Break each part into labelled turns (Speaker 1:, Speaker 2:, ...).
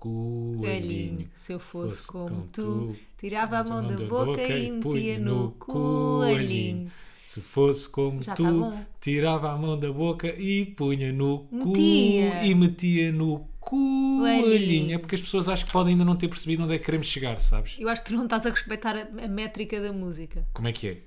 Speaker 1: coelhinho.
Speaker 2: Se eu fosse, como, tu, tirava a mão da boca, e metia no coelhinho.
Speaker 1: Se fosse como
Speaker 2: Já
Speaker 1: tu,
Speaker 2: tá bom.
Speaker 1: tirava a mão da boca e punha no cu
Speaker 2: Metia.
Speaker 1: e metia no coelhinho.
Speaker 2: Coelhinho.
Speaker 1: É porque as pessoas acho que podem ainda não ter percebido onde é que queremos chegar, sabes?
Speaker 2: Eu acho que tu não estás a respeitar a, a métrica da música.
Speaker 1: Como é que é?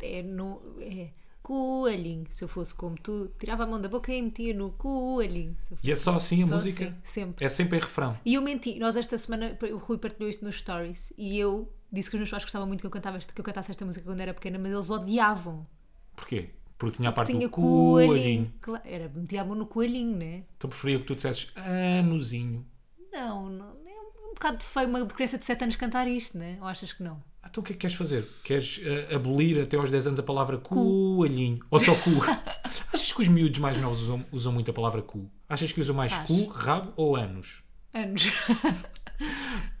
Speaker 2: É no. É. Coelhinho. Se eu fosse como tu, tirava a mão da boca e metia no coelhinho. Se eu fosse
Speaker 1: E é só assim a
Speaker 2: só
Speaker 1: música?
Speaker 2: assim, sempre.
Speaker 1: É sempre em refrão.
Speaker 2: E eu menti. Nós esta semana, o Rui partilhou isto nos stories e eu disse que os meus pais gostavam muito que eu, cantava este- que eu cantasse esta música quando era pequena, mas eles odiavam.
Speaker 1: Porquê? Porque tinha a parte
Speaker 2: Tinha
Speaker 1: do coelhinho.
Speaker 2: coelhinho. Cla- Era, metia a mão no coelhinho, né?
Speaker 1: Então preferia que tu dissesses anuzinho.
Speaker 2: Não, não. É um, um bocado feio uma criança de 7 anos cantar isto, né? Ou achas que não?
Speaker 1: Ah, Então o que é que queres fazer? Queres eh, abolir até aos 10 anos a palavra coelhinho? Ou só cu? Achas que os miúdos mais novos usam, usam muito a palavra cu? Achas que usam mais
Speaker 2: Acho.
Speaker 1: cu, rabo ou anos?
Speaker 2: Anos.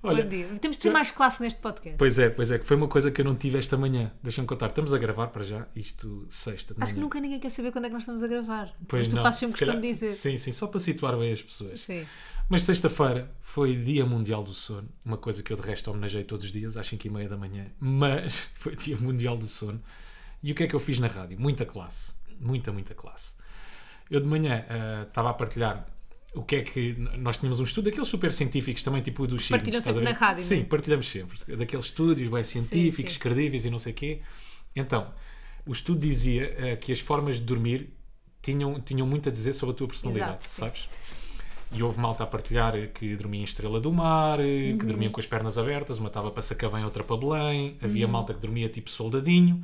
Speaker 1: Olha,
Speaker 2: Bom dia. Temos de ter mais classe neste podcast.
Speaker 1: Pois é, pois é, que foi uma coisa que eu não tive esta manhã. Deixa-me contar, estamos a gravar para já, isto sexta de manhã.
Speaker 2: Acho que nunca ninguém quer saber quando é que nós estamos a gravar.
Speaker 1: Pois
Speaker 2: mas tu
Speaker 1: não,
Speaker 2: fazes sempre
Speaker 1: se
Speaker 2: questão de
Speaker 1: calhar-
Speaker 2: dizer.
Speaker 1: Sim, sim, só para situar bem as pessoas.
Speaker 2: Sim.
Speaker 1: Mas sexta-feira foi Dia Mundial do Sono, uma coisa que eu de resto homenageei todos os dias, às 5 e meia da manhã, mas foi Dia Mundial do Sono. E o que é que eu fiz na rádio? Muita classe, muita, muita classe. Eu de manhã ah, estava a partilhar o que é que nós tínhamos um estudo daqueles super científicos também, tipo o dos signos.
Speaker 2: Partilham
Speaker 1: estás a
Speaker 2: sempre
Speaker 1: ver?
Speaker 2: na rádio,
Speaker 1: Sim,
Speaker 2: não é?
Speaker 1: partilhamos sempre. Daqueles estúdios bem científicos,
Speaker 2: sim.
Speaker 1: credíveis e não sei quê. Então, o estudo dizia ah, que as formas de dormir tinham, tinham muito a dizer sobre a tua personalidade,
Speaker 2: Exato, sim.
Speaker 1: sabes? E houve malta a partilhar eh, que dormia em Estrela do Mar, eh,
Speaker 2: Uhum.
Speaker 1: que dormiam com as pernas abertas, uma estava para Sacavém, outra para Belém. Havia malta que dormia tipo soldadinho,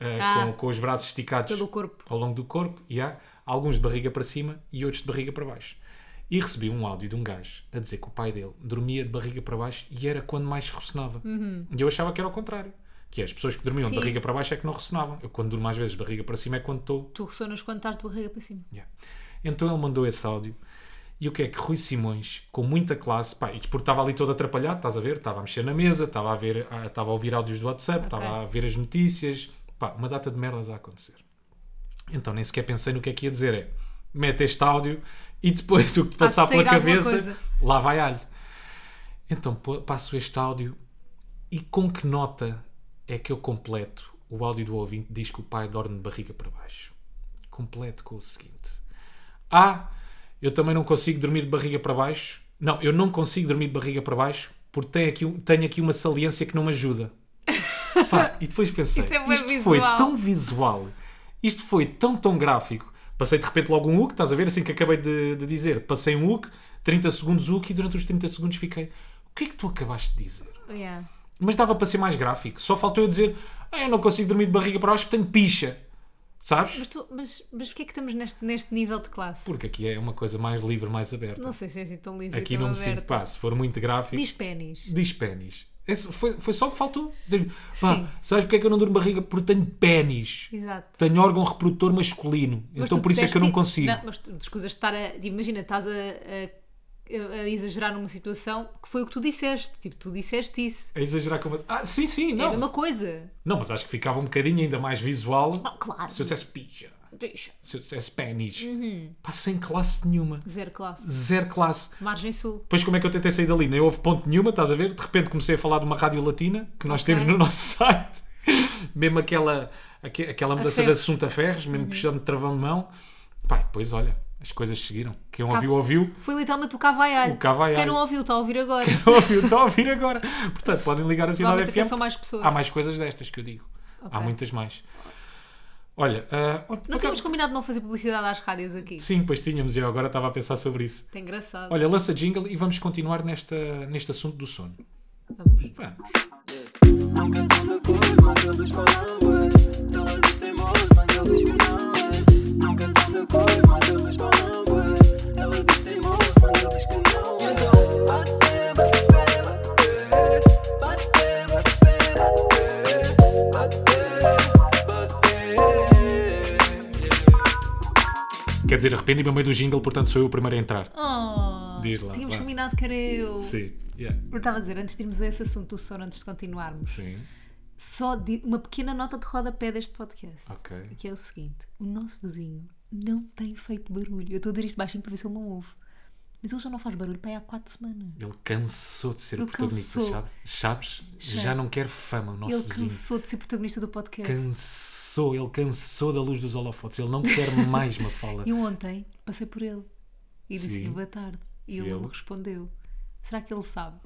Speaker 1: eh,
Speaker 2: Uhum. Ah.
Speaker 1: com, com os braços esticados
Speaker 2: Pelo corpo.
Speaker 1: ao longo do corpo. E há alguns de barriga para cima e outros de barriga para baixo. E recebi um áudio de um gajo a dizer que o pai dele dormia de barriga para baixo e era quando mais ressonava. E eu achava que era o contrário. Que é, as pessoas que dormiam
Speaker 2: Uhum. Sim.
Speaker 1: de barriga para baixo é que não ressonavam. Eu quando durmo às vezes de barriga para cima é quando estou
Speaker 2: Tu ressonas quando estás de barriga para cima.
Speaker 1: Yeah. Então ele mandou esse áudio. E o que é que Rui Simões, com muita classe, pá, isto porque estava ali todo atrapalhado, estás a ver? Estava a mexer na mesa, estava a, ver, ah, estava a ouvir áudios do WhatsApp, estava a ver as notícias, pá, uma data de merdas a acontecer. Então nem sequer pensei no que é que ia dizer, é mete este áudio e depois o que passar pela
Speaker 2: sair alguma
Speaker 1: cabeça,
Speaker 2: coisa.
Speaker 1: lá vai alho. Então pô- passo este áudio e com que nota é que eu completo o áudio do ouvinte diz que o pai dorme de barriga para baixo? Completo com o seguinte: Ah, eu também não consigo dormir de barriga para baixo. Não, eu não consigo dormir de barriga para baixo porque tenho aqui, um- tenho aqui uma saliência que não me ajuda. Pá, e depois pensei:
Speaker 2: Isso é bué
Speaker 1: Isto foi
Speaker 2: visual."
Speaker 1: tão visual, isto foi tão, tão gráfico. Passei de repente logo um hook, estás a ver? Assim que acabei de, de dizer, passei um hook, 30 segundos hook e durante os 30 segundos fiquei: O que é que tu acabaste de dizer?
Speaker 2: Yeah.
Speaker 1: Mas dava para ser mais gráfico. Só faltou eu dizer: ah, Eu não consigo dormir de barriga para baixo porque tenho picha. Sabes?
Speaker 2: Mas, tu, mas, mas porquê é que estamos neste, neste nível de classe?
Speaker 1: Porque aqui é uma coisa mais livre, mais aberta.
Speaker 2: Não sei se é assim tão livre
Speaker 1: aqui
Speaker 2: e tão
Speaker 1: não me sinto
Speaker 2: aberto.
Speaker 1: pá. Se for muito gráfico, diz,
Speaker 2: Diz pênis.
Speaker 1: pênis. Esse foi, foi só o que faltou. Diz,
Speaker 2: Sim.
Speaker 1: Pá, sabes porque é que eu não durmo de barriga? Porque tenho pênis.
Speaker 2: Exato.
Speaker 1: Tenho órgão reprodutor masculino.
Speaker 2: Mas
Speaker 1: então
Speaker 2: tu
Speaker 1: por isso é que eu não
Speaker 2: disseste-
Speaker 1: consigo.
Speaker 2: Não, mas tu escusas de estar a. Imagina, estás a, a- a exagerar numa situação que foi o que tu disseste. Tipo, tu disseste isso.
Speaker 1: É exagerar como. Ah, sim, sim,
Speaker 2: É a
Speaker 1: não.
Speaker 2: mesma coisa.
Speaker 1: Não, mas acho que ficava um bocadinho ainda mais visual
Speaker 2: Ah, claro.
Speaker 1: se eu dissesse picha.
Speaker 2: Bicho.
Speaker 1: Se eu dissesse pênis.
Speaker 2: Uhum.
Speaker 1: Pá, sem classe nenhuma.
Speaker 2: Zero classe.
Speaker 1: Zero classe.
Speaker 2: Margem Sul.
Speaker 1: Depois, como é que eu tentei sair dali? Nem houve ponto nenhuma, estás a ver? De repente comecei a falar de uma rádio latina que nós
Speaker 2: Ok.
Speaker 1: temos no nosso site. mesmo aquela, aque- aquela mudança de
Speaker 2: Ferros.
Speaker 1: assunto a ferros,
Speaker 2: Uhum.
Speaker 1: mesmo puxando de travão de mão. Pá, e depois, olha, as coisas seguiram. Quem ouviu, ouviu.
Speaker 2: Foi literalmente o Cavaialho.
Speaker 1: O Cavaialho.
Speaker 2: Quem não ouviu, está a ouvir agora.
Speaker 1: Quem ouviu, está a ouvir agora. Portanto, podem ligar a Cidade
Speaker 2: Provavelmente até
Speaker 1: FM.
Speaker 2: são mais pessoas.
Speaker 1: Há mais coisas destas que eu digo. Há
Speaker 2: Ok.
Speaker 1: muitas mais. Olha, ah, oh,
Speaker 2: Não tínhamos combinado não fazer publicidade às rádios aqui.
Speaker 1: sim, pois tínhamos. Eu agora estava a pensar sobre isso.
Speaker 2: Está engraçado.
Speaker 1: Olha, lança jingle e vamos continuar nesta, neste assunto do sono.
Speaker 2: Vamos.
Speaker 1: Vamos.
Speaker 3: Não cantam de cor, mas eles falam bué. Eles têm voz, mas eles que não é. Não cantam de cor, mas eles falam bué. Eles têm voz, mas eles que não é. Então, bate, bate, bate. Bate, bate, bate. Bate, bate.
Speaker 1: Quer dizer, arrependi-me a meio do jingle, portanto sou eu o primeiro a entrar.
Speaker 2: Oh,
Speaker 1: Diz lá,
Speaker 2: tínhamos
Speaker 1: vá.
Speaker 2: combinado que era eu.
Speaker 1: Sim, yeah.
Speaker 2: Eu estava a dizer, antes de irmos a esse assunto do sono, antes de continuarmos,
Speaker 1: Sim,
Speaker 2: só di- uma pequena nota de rodapé deste podcast.
Speaker 1: ok.
Speaker 2: Que é o seguinte: o nosso vizinho não tem feito barulho. Eu estou a dizer isto baixinho para ver se ele não ouve. Mas ele já não faz barulho para aí há 4 semanas.
Speaker 1: Ele cansou de ser
Speaker 2: Ele
Speaker 1: protagonista,
Speaker 2: cansou.
Speaker 1: sabes? Chaves
Speaker 2: Já.
Speaker 1: já não quer fama, o nosso
Speaker 2: Ele
Speaker 1: vizinho.
Speaker 2: cansou de ser protagonista do podcast.
Speaker 1: Cansou, ele cansou da luz dos holofotes. Ele não quer mais uma fala.
Speaker 2: Eu ontem passei por ele e disse-lhe
Speaker 1: Sim.
Speaker 2: boa tarde. E
Speaker 1: E
Speaker 2: ele não
Speaker 1: ele?
Speaker 2: me respondeu. Será que ele sabe?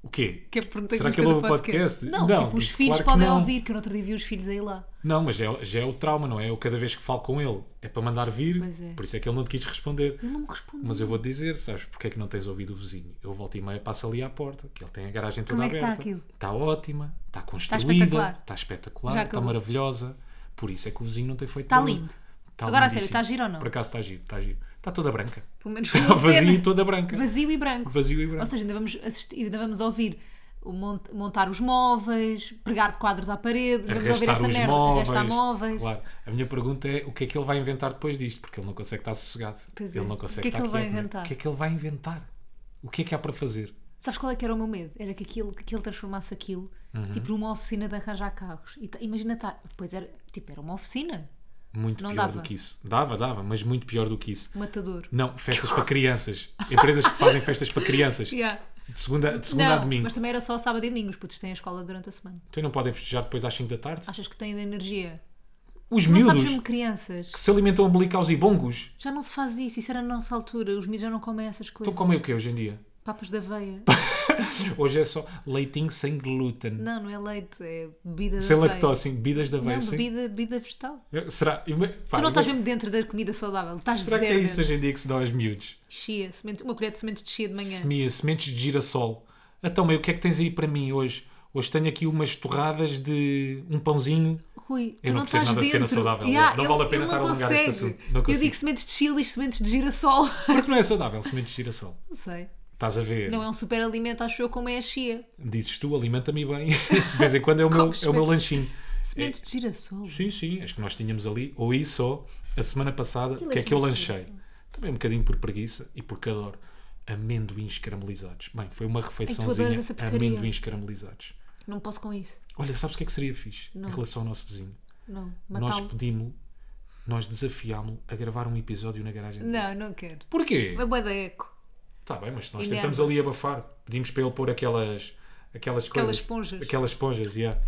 Speaker 1: O quê?
Speaker 2: Que é protagonista
Speaker 1: Será que ele
Speaker 2: do
Speaker 1: ouve o podcast?
Speaker 2: Não,
Speaker 1: Não,
Speaker 2: tipo, os
Speaker 1: isso
Speaker 2: filhos
Speaker 1: claro que
Speaker 2: podem
Speaker 1: não.
Speaker 2: ouvir, que eu no outro dia vi os filhos aí lá.
Speaker 1: Não, mas já, é- já é o trauma, não é? Eu cada vez que falo com ele é para mandar vir,
Speaker 2: Pois é.
Speaker 1: por isso é que ele não te quis responder.
Speaker 2: Ele não me respondeu.
Speaker 1: Mas eu vou te dizer, sabes porque é que não tens ouvido o vizinho? Eu volto e meia, passo ali à porta, que ele tem a garagem toda
Speaker 2: Como é que
Speaker 1: aberta.
Speaker 2: está aquilo? Tá
Speaker 1: Está ótima, está construída,
Speaker 2: espetacular.
Speaker 1: está espetacular,
Speaker 2: Já
Speaker 1: está
Speaker 2: acabou.
Speaker 1: maravilhosa. Por isso é que o vizinho não tem feito
Speaker 2: Está
Speaker 1: barulho.
Speaker 2: lindo.
Speaker 1: Está
Speaker 2: Agora, a sério,
Speaker 1: lindíssimo.
Speaker 2: está giro ou não?
Speaker 1: Por acaso está giro, está giro. Está toda branca.
Speaker 2: Pelo menos
Speaker 1: Está
Speaker 2: valeu a pena.
Speaker 1: vazio e toda branca.
Speaker 2: Vazio e branco.
Speaker 1: Vazio e
Speaker 2: Ou
Speaker 1: branco.
Speaker 2: seja, ainda vamos, assistir, ainda vamos ouvir o mon- montar os móveis, pregar quadros à parede, ainda vamos ouvir
Speaker 1: Arrastar
Speaker 2: essa
Speaker 1: os
Speaker 2: merda,
Speaker 1: móveis.
Speaker 2: arrastar móveis.
Speaker 1: Claro. A minha pergunta é o que é que ele vai inventar depois disto, porque ele não consegue estar sossegado.
Speaker 2: Pois é.
Speaker 1: Ele não
Speaker 2: O
Speaker 1: consegue
Speaker 2: que é que
Speaker 1: estar
Speaker 2: ele vai
Speaker 1: quieto, não é?
Speaker 2: inventar?
Speaker 1: O que é que ele vai inventar? O que é que há para fazer?
Speaker 2: Sabes qual é que era o meu medo? Era que aquilo, que ele transformasse aquilo
Speaker 1: Uhum.
Speaker 2: tipo numa oficina de arranjar carros. E ta- imagina, tá, pois era, tipo, era uma oficina,
Speaker 1: Muito
Speaker 2: Não
Speaker 1: pior
Speaker 2: dava.
Speaker 1: do que isso. Dava, dava, mas muito pior do que isso.
Speaker 2: um matador.
Speaker 1: Não, festas para crianças. Empresas que fazem festas para crianças. De
Speaker 2: Yeah.
Speaker 1: segunda, de segunda a
Speaker 2: Não,
Speaker 1: domingo.
Speaker 2: mas também era só sábado e domingo, os putos têm a escola durante a semana.
Speaker 1: Então não podem festejar depois às 5 da tarde?
Speaker 2: Achas que têm de energia?
Speaker 1: Os
Speaker 2: Não
Speaker 1: miúdos
Speaker 2: Ah, sabes mesmo crianças.
Speaker 1: que se alimentam umbilicaus e bongos.
Speaker 2: Já não se faz isso, isso era na nossa altura, os miúdos já não comem essas coisas.
Speaker 1: Então comem o que hoje em dia?
Speaker 2: Papas da aveia.
Speaker 1: Hoje é só leitinho sem glúten.
Speaker 2: não, não é leite, é bebida
Speaker 1: Sem
Speaker 2: da aveia.
Speaker 1: lactose, sim, bebidas da veia.
Speaker 2: Não,
Speaker 1: sim.
Speaker 2: bebida, bebida vegetal.
Speaker 1: Será? Ima- assim? pá,
Speaker 2: tu não
Speaker 1: ima-
Speaker 2: estás mesmo né? dentro da comida saudável, estás
Speaker 1: Será que
Speaker 2: zero
Speaker 1: é isso
Speaker 2: dentro.
Speaker 1: hoje em dia que se dá aos miúdos?
Speaker 2: Chia, semente, uma colher de sementes de chia de manhã.
Speaker 1: Semia, sementes de girassol. Então, meio, o que é que tens aí para mim hoje? Hoje tenho aqui umas torradas de um pãozinho.
Speaker 2: Rui, tu
Speaker 1: Eu não
Speaker 2: não
Speaker 1: percebo
Speaker 2: estás
Speaker 1: nada de
Speaker 2: dentro.
Speaker 1: cena saudável. Não
Speaker 2: ele-
Speaker 1: vale a pena
Speaker 2: ele não
Speaker 1: estar a alongar este
Speaker 2: consegue.
Speaker 1: assunto. Não
Speaker 2: Eu
Speaker 1: consigo.
Speaker 2: digo sementes de chile e sementes de girassol.
Speaker 1: Porque não é saudável, sementes de girassol.
Speaker 2: Não sei.
Speaker 1: Estás a ver?
Speaker 2: Não é um super alimento, acho eu, como é a chia.
Speaker 1: Dizes tu, alimenta-me bem. De vez em quando é o meu,
Speaker 2: Comes
Speaker 1: é o meu
Speaker 2: sementes-
Speaker 1: lanchinho. É-
Speaker 2: Sementes de girassol.
Speaker 1: Sim, sim, acho que nós tínhamos ali, ou isso só, a semana passada, o que é
Speaker 2: leite
Speaker 1: que eu
Speaker 2: mais
Speaker 1: lanchei? Também um bocadinho por preguiça e porque adoro amendoins caramelizados. Bem, foi uma refeiçãozinha
Speaker 2: essa porcaria.
Speaker 1: amendoins caramelizados.
Speaker 2: Não posso com isso.
Speaker 1: Olha, sabes o que é que seria fixe
Speaker 2: Não.
Speaker 1: em relação ao nosso vizinho?
Speaker 2: Não. um-
Speaker 1: Nós
Speaker 2: Matá-lo.
Speaker 1: pedimos, nós desafiámos-lo a gravar um episódio na garagem dele.
Speaker 2: Não, não quero.
Speaker 1: Porquê?
Speaker 2: É boa da eco.
Speaker 1: Está Tá bem, mas nós
Speaker 2: E
Speaker 1: tentamos
Speaker 2: merda.
Speaker 1: ali abafar. Pedimos para ele pôr aquelas, aquelas,
Speaker 2: Aquelas
Speaker 1: coisas.
Speaker 2: esponjas.
Speaker 1: Aquelas esponjas, yeah,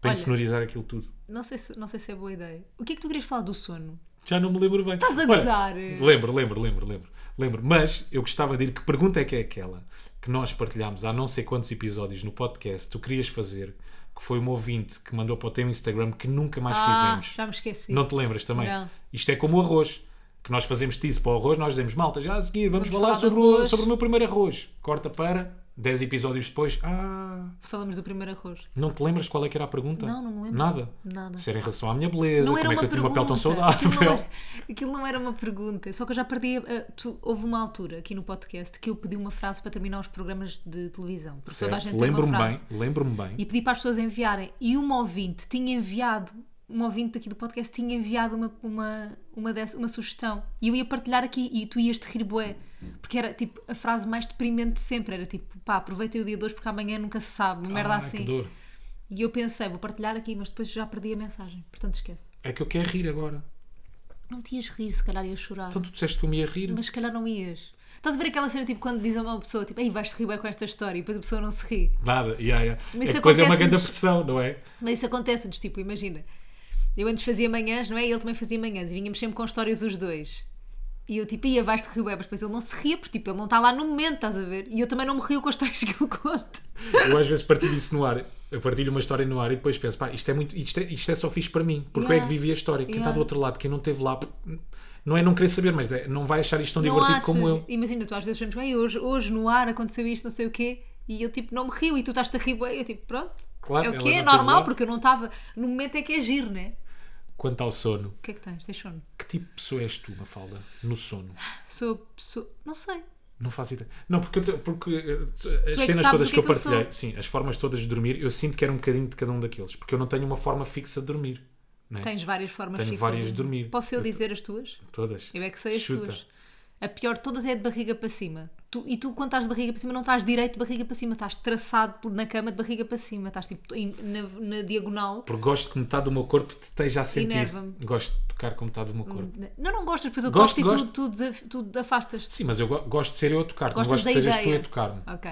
Speaker 1: para
Speaker 2: Olha.
Speaker 1: insonorizar aquilo tudo.
Speaker 2: Não sei, se, não sei se é boa ideia. O que é que tu querias falar do sono?
Speaker 1: Já não me lembro bem.
Speaker 2: Estás a
Speaker 1: Olha,
Speaker 2: gozar.
Speaker 1: Lembro, lembro, lembro, lembro. Lembro, mas eu gostava de ir. Que pergunta é que é aquela que nós partilhámos há não sei quantos episódios no podcast? Tu querias fazer, que foi um ouvinte que mandou para o teu Instagram que nunca mais
Speaker 2: Ah,
Speaker 1: fizemos.
Speaker 2: já me esqueci.
Speaker 1: Não te lembras também?
Speaker 2: Não.
Speaker 1: Isto é como o arroz. Que nós fazemos tease para o arroz, nós dizemos malta, já a seguir vamos,
Speaker 2: Vamos
Speaker 1: falar,
Speaker 2: falar do
Speaker 1: sobre, o,
Speaker 2: arroz."
Speaker 1: sobre o meu primeiro arroz. Corta para 10 episódios depois. Ah,
Speaker 2: Falamos do primeiro arroz.
Speaker 1: não te lembras qual é que era a pergunta?
Speaker 2: Não, não me lembro.
Speaker 1: Nada.
Speaker 2: Nada.
Speaker 1: Se era em relação à minha beleza,
Speaker 2: Não
Speaker 1: como é
Speaker 2: era
Speaker 1: que
Speaker 2: uma
Speaker 1: eu tinha uma pele tão
Speaker 2: pergunta.
Speaker 1: saudável.
Speaker 2: Aquilo não, era, aquilo não era uma pergunta. Só que eu já perdi. a- a- tu- houve uma altura aqui no podcast que eu pedi uma frase para terminar os programas de televisão. Porque toda a
Speaker 1: Certo,
Speaker 2: gente tem uma
Speaker 1: Lembro-me
Speaker 2: frase.
Speaker 1: bem, lembro-me bem.
Speaker 2: E pedi para as pessoas enviarem. E uma ouvinte tinha enviado. Um ouvinte aqui do podcast tinha enviado uma, uma, uma, dessa- uma sugestão. E eu ia partilhar aqui e tu ias te rir bué. Porque era tipo a frase mais deprimente de sempre. Era tipo, pá, aproveitem o dia de hoje porque amanhã nunca se sabe. Uma merda
Speaker 1: Ah,
Speaker 2: assim.
Speaker 1: Que dor.
Speaker 2: E eu pensei, vou partilhar aqui, mas depois já perdi a mensagem. Portanto, esquece.
Speaker 1: É que eu quero rir agora.
Speaker 2: Não te ias rir, se calhar ias chorar.
Speaker 1: Então tu disseste que eu me ia rir.
Speaker 2: Mas se calhar não ias. Estás a ver aquela cena tipo quando diz a uma pessoa tipo, ei, vais-te rir bem com esta história e depois a pessoa não se ri.
Speaker 1: Nada, yeah, yeah.
Speaker 2: Mas
Speaker 1: é
Speaker 2: isso
Speaker 1: que depois é uma grande
Speaker 2: acontece-nos-
Speaker 1: pressão, não é?
Speaker 2: Mas isso acontece-nos, tipo, imagina. Eu antes fazia manhãs, não é? E ele também fazia manhãs e vinhamos sempre com histórias os dois. E eu tipo, ia, vais-te rir bem, mas depois ele não se ria porque tipo, ele não está lá no momento, estás a ver? E eu também não me rio com as histórias que ele conta.
Speaker 1: Eu às vezes partilho isso no ar. Eu partilho uma história no ar e depois penso, pá, isto é, muito, isto é, isto é só fixe para mim. Porque eu é
Speaker 2: Yeah.
Speaker 1: que vivi a história. Quem está
Speaker 2: Yeah.
Speaker 1: do outro lado, quem não esteve lá, não é não querer saber, mas é, não vai achar isto tão
Speaker 2: não
Speaker 1: divertido
Speaker 2: achas?
Speaker 1: como eu.
Speaker 2: Imagina, tu às vezes vemos, ei, hoje, hoje no ar aconteceu isto, não sei o quê, e eu tipo, não me rio e tu estás-te a rir bem. Eu tipo, pronto.
Speaker 1: Claro,
Speaker 2: é o
Speaker 1: ela
Speaker 2: que é,
Speaker 1: não teve
Speaker 2: normal,
Speaker 1: lá.
Speaker 2: porque eu não estava. No momento é que é giro, né?
Speaker 1: Quanto ao sono,
Speaker 2: O que é que tens? Tens sono?
Speaker 1: que tipo de pessoa és tu, Mafalda, no sono?
Speaker 2: Sou, sou não sei.
Speaker 1: Não faço ideia. Não, porque, eu te- porque eh, as
Speaker 2: que
Speaker 1: cenas
Speaker 2: sabes
Speaker 1: todas
Speaker 2: o
Speaker 1: que,
Speaker 2: que é
Speaker 1: eu
Speaker 2: que eu sou.
Speaker 1: partilhei, sim, as formas todas de dormir, eu sinto que era um bocadinho de cada um daqueles. Porque eu não tenho uma forma fixa de dormir. não é?
Speaker 2: Tens várias formas
Speaker 1: Tenho
Speaker 2: fixas
Speaker 1: várias de dormir.
Speaker 2: Posso eu dizer as tuas?
Speaker 1: Todas.
Speaker 2: Eu é que sei as
Speaker 1: Chuta.
Speaker 2: tuas. A pior de todas é a de barriga para cima. Tu- e tu, quando estás de barriga para cima, não estás direito de barriga para cima, estás traçado na cama de barriga para cima, estás tipo em- na, na diagonal.
Speaker 1: Porque gosto que metade do meu corpo te esteja a sentir.
Speaker 2: Enerva-me. Hum.
Speaker 1: Gosto de tocar com metade do meu corpo.
Speaker 2: Não, não gostas, depois eu
Speaker 1: Gosto,
Speaker 2: toco e tu,
Speaker 1: gosto.
Speaker 2: tu, desaf- tu afastas-te.
Speaker 1: Sim, mas eu go- gosto de ser eu a tocar-te. Não
Speaker 2: Gostas
Speaker 1: gosto
Speaker 2: da
Speaker 1: que sejas tu
Speaker 2: ideia.
Speaker 1: a tocar-me.
Speaker 2: Ok.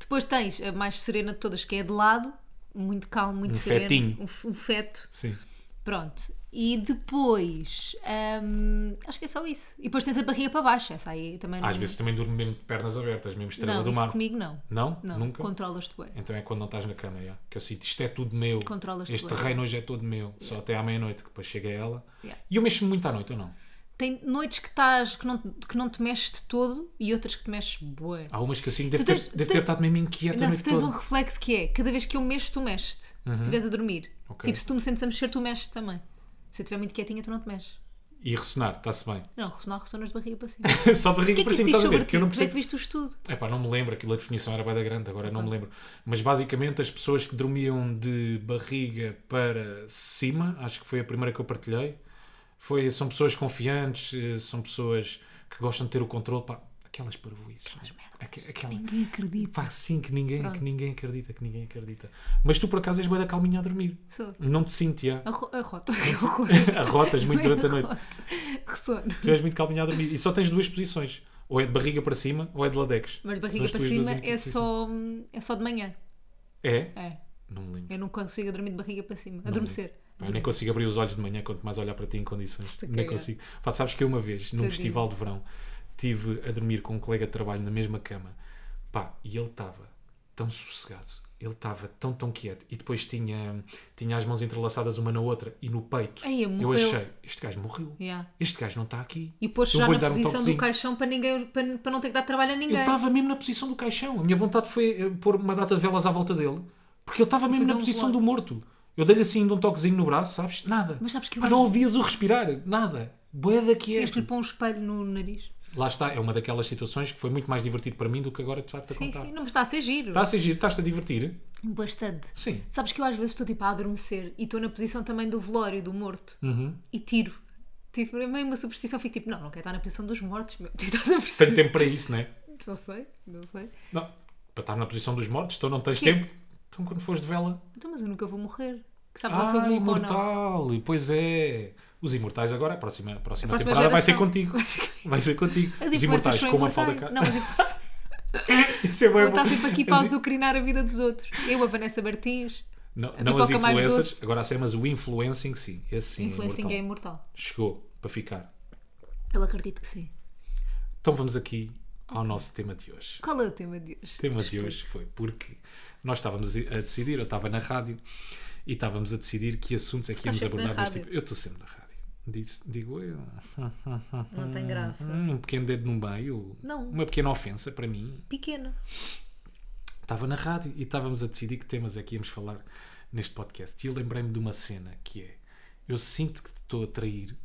Speaker 2: Depois tens a mais serena de todas, que é de lado, muito calmo, muito
Speaker 1: Um
Speaker 2: sereno.
Speaker 1: fetinho.
Speaker 2: Um, f- um feto.
Speaker 1: Sim.
Speaker 2: Pronto. E depois. hum, acho que é só isso. E depois tens a barriga para baixo. Essa aí também não.
Speaker 1: Às vezes também durmo mesmo de pernas abertas, mesmo estrela
Speaker 2: Uhum. não,
Speaker 1: do
Speaker 2: isso
Speaker 1: mar.
Speaker 2: comigo não.
Speaker 1: Não?
Speaker 2: Não,
Speaker 1: Nunca?
Speaker 2: controlas-te bem.
Speaker 1: Então é quando não estás na cama, já. que eu sinto isto é tudo meu.
Speaker 2: Controlas-te
Speaker 1: este
Speaker 2: bem.
Speaker 1: terreno hoje é todo meu. Só até à meia-noite, que depois chega ela.
Speaker 2: Yeah.
Speaker 1: E eu mexo-me muito à noite, ou não?
Speaker 2: Tem noites que estás que não, que não te mexes de todo e outras que te mexes bué.
Speaker 1: Há umas que eu sinto, devo
Speaker 2: Tu
Speaker 1: ter,
Speaker 2: tens- tu
Speaker 1: devo ter
Speaker 2: tens-
Speaker 1: estado mesmo inquieta a
Speaker 2: Não, tu
Speaker 1: noite
Speaker 2: tens
Speaker 1: toda.
Speaker 2: um reflexo que é, cada vez que eu mexo, tu mexes-te. Se estiveres a dormir.
Speaker 1: Uhum. Ok.
Speaker 2: Tipo, se tu me sentes a mexer, tu mexes também. Se eu estiver muito quietinha, tu não te mexes.
Speaker 1: E ressonar, está-se bem.
Speaker 2: Não, ressonar, ressonas de barriga para cima.
Speaker 1: Só
Speaker 2: O
Speaker 1: barriga
Speaker 2: que é que
Speaker 1: para
Speaker 2: isso
Speaker 1: cima, estás
Speaker 2: diz
Speaker 1: a
Speaker 2: sobre
Speaker 1: ver? Que
Speaker 2: ti?
Speaker 1: eu não
Speaker 2: Como é que
Speaker 1: percebo.
Speaker 2: viste o estudo?
Speaker 1: Epá, não me lembro, aquilo a definição era bem grande, agora não me
Speaker 2: Ok.
Speaker 1: lembro. Mas basicamente as pessoas que dormiam de barriga para cima, acho que foi a primeira que eu partilhei, foi, são pessoas confiantes, eh, são pessoas que gostam de ter o controle, pá, aquelas parvoices. Aquelas
Speaker 2: merdas.
Speaker 1: Aquela,
Speaker 2: Ninguém acredita.
Speaker 1: pá, sim, que ninguém,
Speaker 2: Pronto.
Speaker 1: que ninguém acredita, que ninguém acredita. Mas tu por acaso és bem da calminha a dormir.
Speaker 2: Sou.
Speaker 1: Não te sinto, já.
Speaker 2: Arro- Arroto. Que horror.
Speaker 1: Arrotas muito durante a noite.
Speaker 2: Arroto. Ressono.
Speaker 1: Tu és muito calminha a dormir. E só tens duas posições. Ou é de barriga para cima, ou é de ladex.
Speaker 2: Mas
Speaker 1: São
Speaker 2: barriga
Speaker 1: as
Speaker 2: para
Speaker 1: tuas
Speaker 2: cima
Speaker 1: duas
Speaker 2: é só, é só de manhã.
Speaker 1: É?
Speaker 2: É.
Speaker 1: Não me lembro.
Speaker 2: Eu não consigo dormir de barriga para cima. Adormecer.
Speaker 1: Pá, Eu nem consigo abrir os olhos de manhã quanto mais olhar para ti em condições.
Speaker 2: Estou a
Speaker 1: Nem
Speaker 2: cagar.
Speaker 1: consigo. Pá, sabes que eu uma vez, num
Speaker 2: Tadinho.
Speaker 1: festival de verão, estive a dormir com um colega de trabalho na mesma cama. Pá, e ele estava tão sossegado. Ele estava tão, tão quieto. E depois tinha, tinha as mãos entrelaçadas uma na outra e no peito.
Speaker 2: Aí,
Speaker 1: eu
Speaker 2: morreu.
Speaker 1: achei, este gajo morreu.
Speaker 2: Yeah.
Speaker 1: Este gajo não está aqui.
Speaker 2: E pôs
Speaker 1: é. Eu
Speaker 2: já
Speaker 1: vou-lhe
Speaker 2: na
Speaker 1: dar um
Speaker 2: posição do
Speaker 1: toquezinho.
Speaker 2: caixão para, ninguém, para, para não ter que dar trabalho a ninguém.
Speaker 1: Ele estava mesmo na posição do caixão. A minha vontade foi eh, pôr uma data de velas à volta dele, porque ele estava mesmo
Speaker 2: fazer
Speaker 1: na
Speaker 2: um
Speaker 1: posição
Speaker 2: rolo.
Speaker 1: do morto. Eu dei-lhe assim de um toquezinho no braço, sabes? Nada.
Speaker 2: Mas sabes que eu
Speaker 1: Pá,
Speaker 2: acho-
Speaker 1: não ouvias o respirar, nada. Boeda que é.
Speaker 2: Tinhas que lhe pôr um espelho no nariz.
Speaker 1: Lá está, é uma daquelas situações que foi muito mais divertido para mim do que agora de estar-te a
Speaker 2: Sim,
Speaker 1: contar.
Speaker 2: sim. Não, mas está a ser giro.
Speaker 1: Está a ser giro, estás-te a divertir?
Speaker 2: Bastante.
Speaker 1: Sim.
Speaker 2: Sabes que eu às vezes estou tipo a adormecer e estou na posição também do velório, do morto.
Speaker 1: Uhum.
Speaker 2: E tiro. Tipo, é meio uma superstição. Fico tipo, não, não quero estar na posição dos mortos. Meu. Tu estás a
Speaker 1: Tenho
Speaker 2: perceber?
Speaker 1: tempo para isso, não é?
Speaker 2: Não sei, não sei.
Speaker 1: Não. Para estar na posição dos mortos, então não tens
Speaker 2: Quê?
Speaker 1: tempo. Então quando fores de vela.
Speaker 2: Então, mas eu nunca vou morrer. Que sabes lá se eu
Speaker 1: Ah,
Speaker 2: morro ou não.
Speaker 1: imortal! Pois é. Os imortais agora, a próxima, a próxima,
Speaker 2: próxima
Speaker 1: temporada vai ser
Speaker 2: geração.
Speaker 1: contigo.
Speaker 2: Vai ser comigo.
Speaker 1: Vai ser contigo.
Speaker 2: As
Speaker 1: Os
Speaker 2: influências
Speaker 1: imortais
Speaker 2: são
Speaker 1: com uma falda cá.
Speaker 2: imortais. Não, mas influ-
Speaker 1: Isso é bem
Speaker 2: vou
Speaker 1: bom.
Speaker 2: estar sempre aqui para
Speaker 1: As-
Speaker 2: azucrinar a vida dos outros. Eu, a Vanessa Martins,
Speaker 1: Não,
Speaker 2: a
Speaker 1: não as
Speaker 2: pipoca mais
Speaker 1: influências,
Speaker 2: doce.
Speaker 1: agora sim, mas o influencing sim. Esse sim. é
Speaker 2: influencing
Speaker 1: imortal.
Speaker 2: é imortal.
Speaker 1: Chegou para ficar.
Speaker 2: Eu acredito que sim.
Speaker 1: Então vamos aqui ao nosso tema de hoje.
Speaker 2: Qual é o tema de hoje?
Speaker 1: O tema de hoje foi porque nós estávamos a decidir, eu estava na rádio e estávamos a decidir que assuntos é que íamos
Speaker 2: sempre na
Speaker 1: abordar neste
Speaker 2: rádio.
Speaker 1: tipo. Eu estou sempre na rádio. Diz- digo eu.
Speaker 2: Não tem graça.
Speaker 1: Hum, Um pequeno dedo no meio.
Speaker 2: Não.
Speaker 1: Uma pequena ofensa para mim.
Speaker 2: Pequeno.
Speaker 1: estava na rádio e estávamos a decidir que temas é que íamos falar neste podcast. E eu lembrei-me de uma cena que é: eu sinto que te estou a trair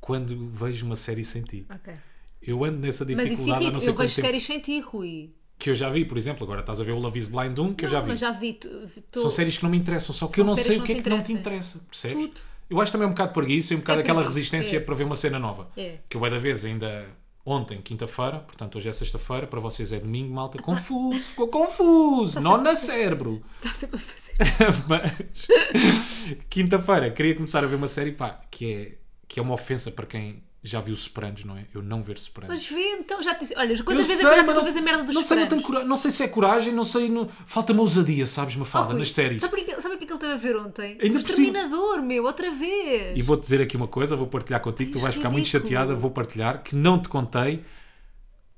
Speaker 1: quando vejo uma série sem ti.
Speaker 2: Ok.
Speaker 1: Eu ando nessa
Speaker 2: Mas isso
Speaker 1: dificuldade há não
Speaker 2: irrita.
Speaker 1: sei
Speaker 2: Eu
Speaker 1: quanto
Speaker 2: vejo
Speaker 1: tempo.
Speaker 2: séries sem ti, Rui.
Speaker 1: Que eu já vi, por exemplo, agora estás a ver o Love is Blind 1, que eu já vi.
Speaker 2: Mas já vi. tu- vi- tu-
Speaker 1: São séries que não me interessam, só que
Speaker 2: São
Speaker 1: eu não
Speaker 2: séries
Speaker 1: sei
Speaker 2: que
Speaker 1: o que é
Speaker 2: não
Speaker 1: que
Speaker 2: te
Speaker 1: não te interessa, percebes?
Speaker 2: Tudo.
Speaker 1: Eu acho também um bocado preguiça e um bocado
Speaker 2: É
Speaker 1: aquela
Speaker 2: preguiça,
Speaker 1: resistência
Speaker 2: é.
Speaker 1: para ver uma cena nova.
Speaker 2: É.
Speaker 1: Que eu é da vez ainda ontem, quinta-feira, portanto hoje é sexta-feira, para vocês é domingo, malta, confuso, ficou
Speaker 2: Tá
Speaker 1: confuso, não na cérebro.
Speaker 2: Está sempre a fazer.
Speaker 1: Mas quinta-feira queria começar a ver uma série pá, que é, que é uma ofensa para quem já viu Sopranos, não é? Eu não ver Sopranos.
Speaker 2: Mas vê, então já te disse. Olha,
Speaker 1: Eu
Speaker 2: quantas vezes
Speaker 1: sei,
Speaker 2: é que
Speaker 1: mas
Speaker 2: tu vês a merda dos
Speaker 1: não, sei, não,
Speaker 2: Sopranos?
Speaker 1: tenho cora- não sei se é coragem, não sei. Não... Falta-me ousadia, sabes,
Speaker 2: Oh,
Speaker 1: Mafalda,
Speaker 2: Rui,
Speaker 1: nas séries.
Speaker 2: Sabe o que, é que- sabe o que é que ele esteve a ver ontem?
Speaker 1: Ainda
Speaker 2: o
Speaker 1: por cima.
Speaker 2: Exterminador, meu, outra vez.
Speaker 1: E vou-te dizer aqui uma coisa, vou partilhar contigo, tu
Speaker 2: Ai,
Speaker 1: vais ficar muito
Speaker 2: é ridículo.
Speaker 1: chateada, vou partilhar, que não te contei,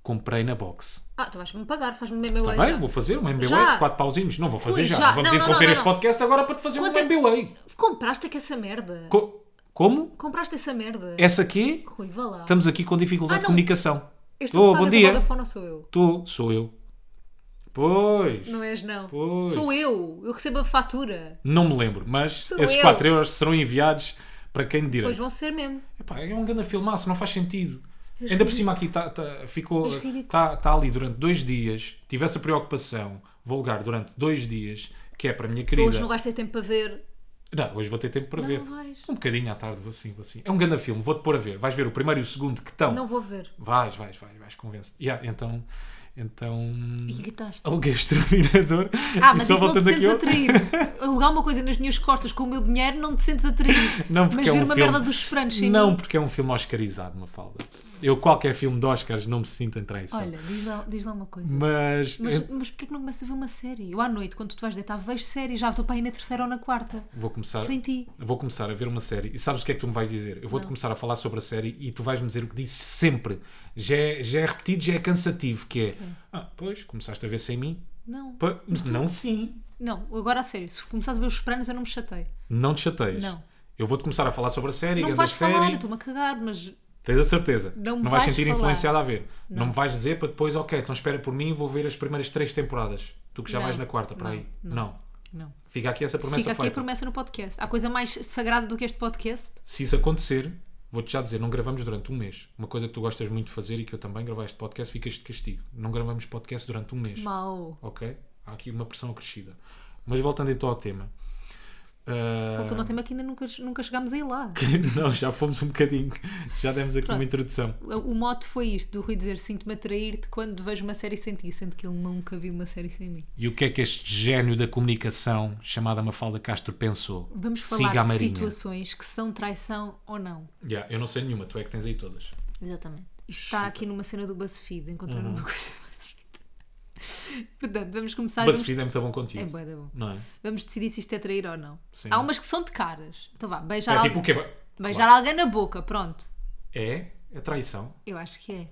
Speaker 1: comprei na box.
Speaker 2: Ah, tu vais-me pagar, faz-me meme
Speaker 1: Está bem? Vou fazer um MBA
Speaker 2: Já.
Speaker 1: de 4 pauzinhos. Não vou fazer
Speaker 2: Ui,
Speaker 1: já.
Speaker 2: já.
Speaker 1: Vamos
Speaker 2: Não, não,
Speaker 1: interromper
Speaker 2: não,
Speaker 1: este
Speaker 2: não.
Speaker 1: podcast agora para te fazer
Speaker 2: Quanto é-
Speaker 1: um MBA.
Speaker 2: Compraste que essa merda.
Speaker 1: Co- Como?
Speaker 2: Compraste essa merda.
Speaker 1: Essa aqui?
Speaker 2: Rui, vá lá.
Speaker 1: Estamos aqui com dificuldade
Speaker 2: Ah,
Speaker 1: de
Speaker 2: não.
Speaker 1: comunicação.
Speaker 2: Este
Speaker 1: Oh,
Speaker 2: que
Speaker 1: bom
Speaker 2: pagas
Speaker 1: dia.
Speaker 2: a Vodafone ou sou eu?
Speaker 1: Tu, sou eu. Pois.
Speaker 2: Não és não.
Speaker 1: Pois.
Speaker 2: Sou eu. Eu recebo a fatura.
Speaker 1: Não me lembro, mas
Speaker 2: Sou
Speaker 1: esses
Speaker 2: eu.
Speaker 1: 4 euros serão enviados para quem de
Speaker 2: Pois
Speaker 1: direito.
Speaker 2: vão ser mesmo.
Speaker 1: Epá, é um grande filmaço, não faz sentido.
Speaker 2: És
Speaker 1: Ainda por
Speaker 2: ridículo.
Speaker 1: cima aqui tá, tá- ficou
Speaker 2: És ridículo.
Speaker 1: está ali durante dois dias, tive essa preocupação vulgar durante dois dias, que é para a minha querida.
Speaker 2: Hoje não vais ter tempo para ver.
Speaker 1: Não, hoje vou ter tempo para
Speaker 2: Não
Speaker 1: ver.
Speaker 2: vais.
Speaker 1: Um bocadinho à tarde, vou assim, vou assim. É um grande filme, vou-te pôr a ver. Vais ver o primeiro e o segundo que estão.
Speaker 2: Não vou ver.
Speaker 1: Vais, vais, vais, vais, convence. Yeah, então, então.
Speaker 2: E gritaste.
Speaker 1: Aluguei o exterminador.
Speaker 2: Ah, mas
Speaker 1: e só
Speaker 2: isso não te
Speaker 1: voltando aqui
Speaker 2: sentes
Speaker 1: ao-
Speaker 2: atraído. Alugar uma coisa nas minhas costas com o meu dinheiro não te sentes atraído.
Speaker 1: Não, porque
Speaker 2: mas
Speaker 1: é
Speaker 2: ver
Speaker 1: um
Speaker 2: uma
Speaker 1: filme-
Speaker 2: merda dos francos sem
Speaker 1: Não,
Speaker 2: mim.
Speaker 1: porque é um filme oscarizado, uma falda. Eu, qualquer filme de Oscars, não me sinto em traição.
Speaker 2: Olha, diz lá, diz lá uma coisa.
Speaker 1: Mas,
Speaker 2: Mas,
Speaker 1: eu
Speaker 2: mas porquê que não começas a ver uma série? Eu à noite, quando tu vais deitar, vejo série, já estou para ir na terceira ou na quarta.
Speaker 1: vou começar.
Speaker 2: Sem ti.
Speaker 1: Vou começar a ver uma série e sabes o que é que tu me vais dizer? Eu vou-te começar a falar sobre a série e tu vais-me dizer o que dizes sempre. Já é, já é repetido, já é cansativo, que é Ah, pois, começaste a ver sem mim?
Speaker 2: Não.
Speaker 1: Pa- Não sim.
Speaker 2: Não, agora a sério, se começares a ver os Sopranos eu não me chatei.
Speaker 1: Não te chateias.
Speaker 2: Não.
Speaker 1: Eu vou-te começar a falar sobre a série,
Speaker 2: Não
Speaker 1: grande
Speaker 2: me
Speaker 1: a
Speaker 2: vais
Speaker 1: série.
Speaker 2: falar, eu estou-me a cagar, mas
Speaker 1: Tens a certeza.
Speaker 2: Não me
Speaker 1: vais
Speaker 2: vais
Speaker 1: sentir
Speaker 2: falar.
Speaker 1: influenciado a ver. Não. me vais dizer para depois, ok, então espera por mim e vou ver as primeiras três temporadas. Tu que já
Speaker 2: Não,
Speaker 1: vais na quarta, para
Speaker 2: não,
Speaker 1: aí. Não.
Speaker 2: não. não.
Speaker 1: Fica aqui essa promessa
Speaker 2: Fica aqui a
Speaker 1: feita.
Speaker 2: promessa no podcast. Há coisa mais sagrada do que este podcast?
Speaker 1: Se isso acontecer, vou-te já dizer, não gravamos durante um mês. Uma coisa que tu gostas muito de fazer e que eu também, gravar este podcast, ficas de castigo. Não gravamos podcast durante um mês.
Speaker 2: Mau.
Speaker 1: Ok? Há aqui uma pressão acrescida. Mas voltando então ao tema. Ah,
Speaker 2: Voltando ao tema que ainda nunca, nunca chegámos a ir lá.
Speaker 1: não, já fomos um bocadinho. Já demos aqui uma introdução.
Speaker 2: O mote foi isto, do Rui dizer sinto-me a trair-te quando vejo uma série sem ti, sendo que ele nunca viu uma série sem mim.
Speaker 1: E o que é que este gênio da comunicação, chamada Mafalda Castro, pensou?
Speaker 2: Vamos
Speaker 1: Siga a
Speaker 2: falar de
Speaker 1: Marinha.
Speaker 2: situações que são traição ou não.
Speaker 1: Yeah, eu não sei nenhuma, tu é que tens aí todas.
Speaker 2: Tá, Exatamente. Isto está aqui numa cena do BuzzFeed, encontrando
Speaker 1: Uhum.
Speaker 2: uma coisa do BuzzFeed. Portanto, vamos começar. vamos-
Speaker 1: BuzzFeed é muito bom
Speaker 2: É
Speaker 1: contigo.
Speaker 2: bué da bom.
Speaker 1: Não é?
Speaker 2: Vamos decidir se isto é trair ou não.
Speaker 1: Sim.
Speaker 2: Há umas que são de caras. Então vá, beijar,
Speaker 1: É
Speaker 2: al-
Speaker 1: tipo o quê?
Speaker 2: beijar alguém na boca, pronto.
Speaker 1: É? É traição.
Speaker 2: Eu acho que é.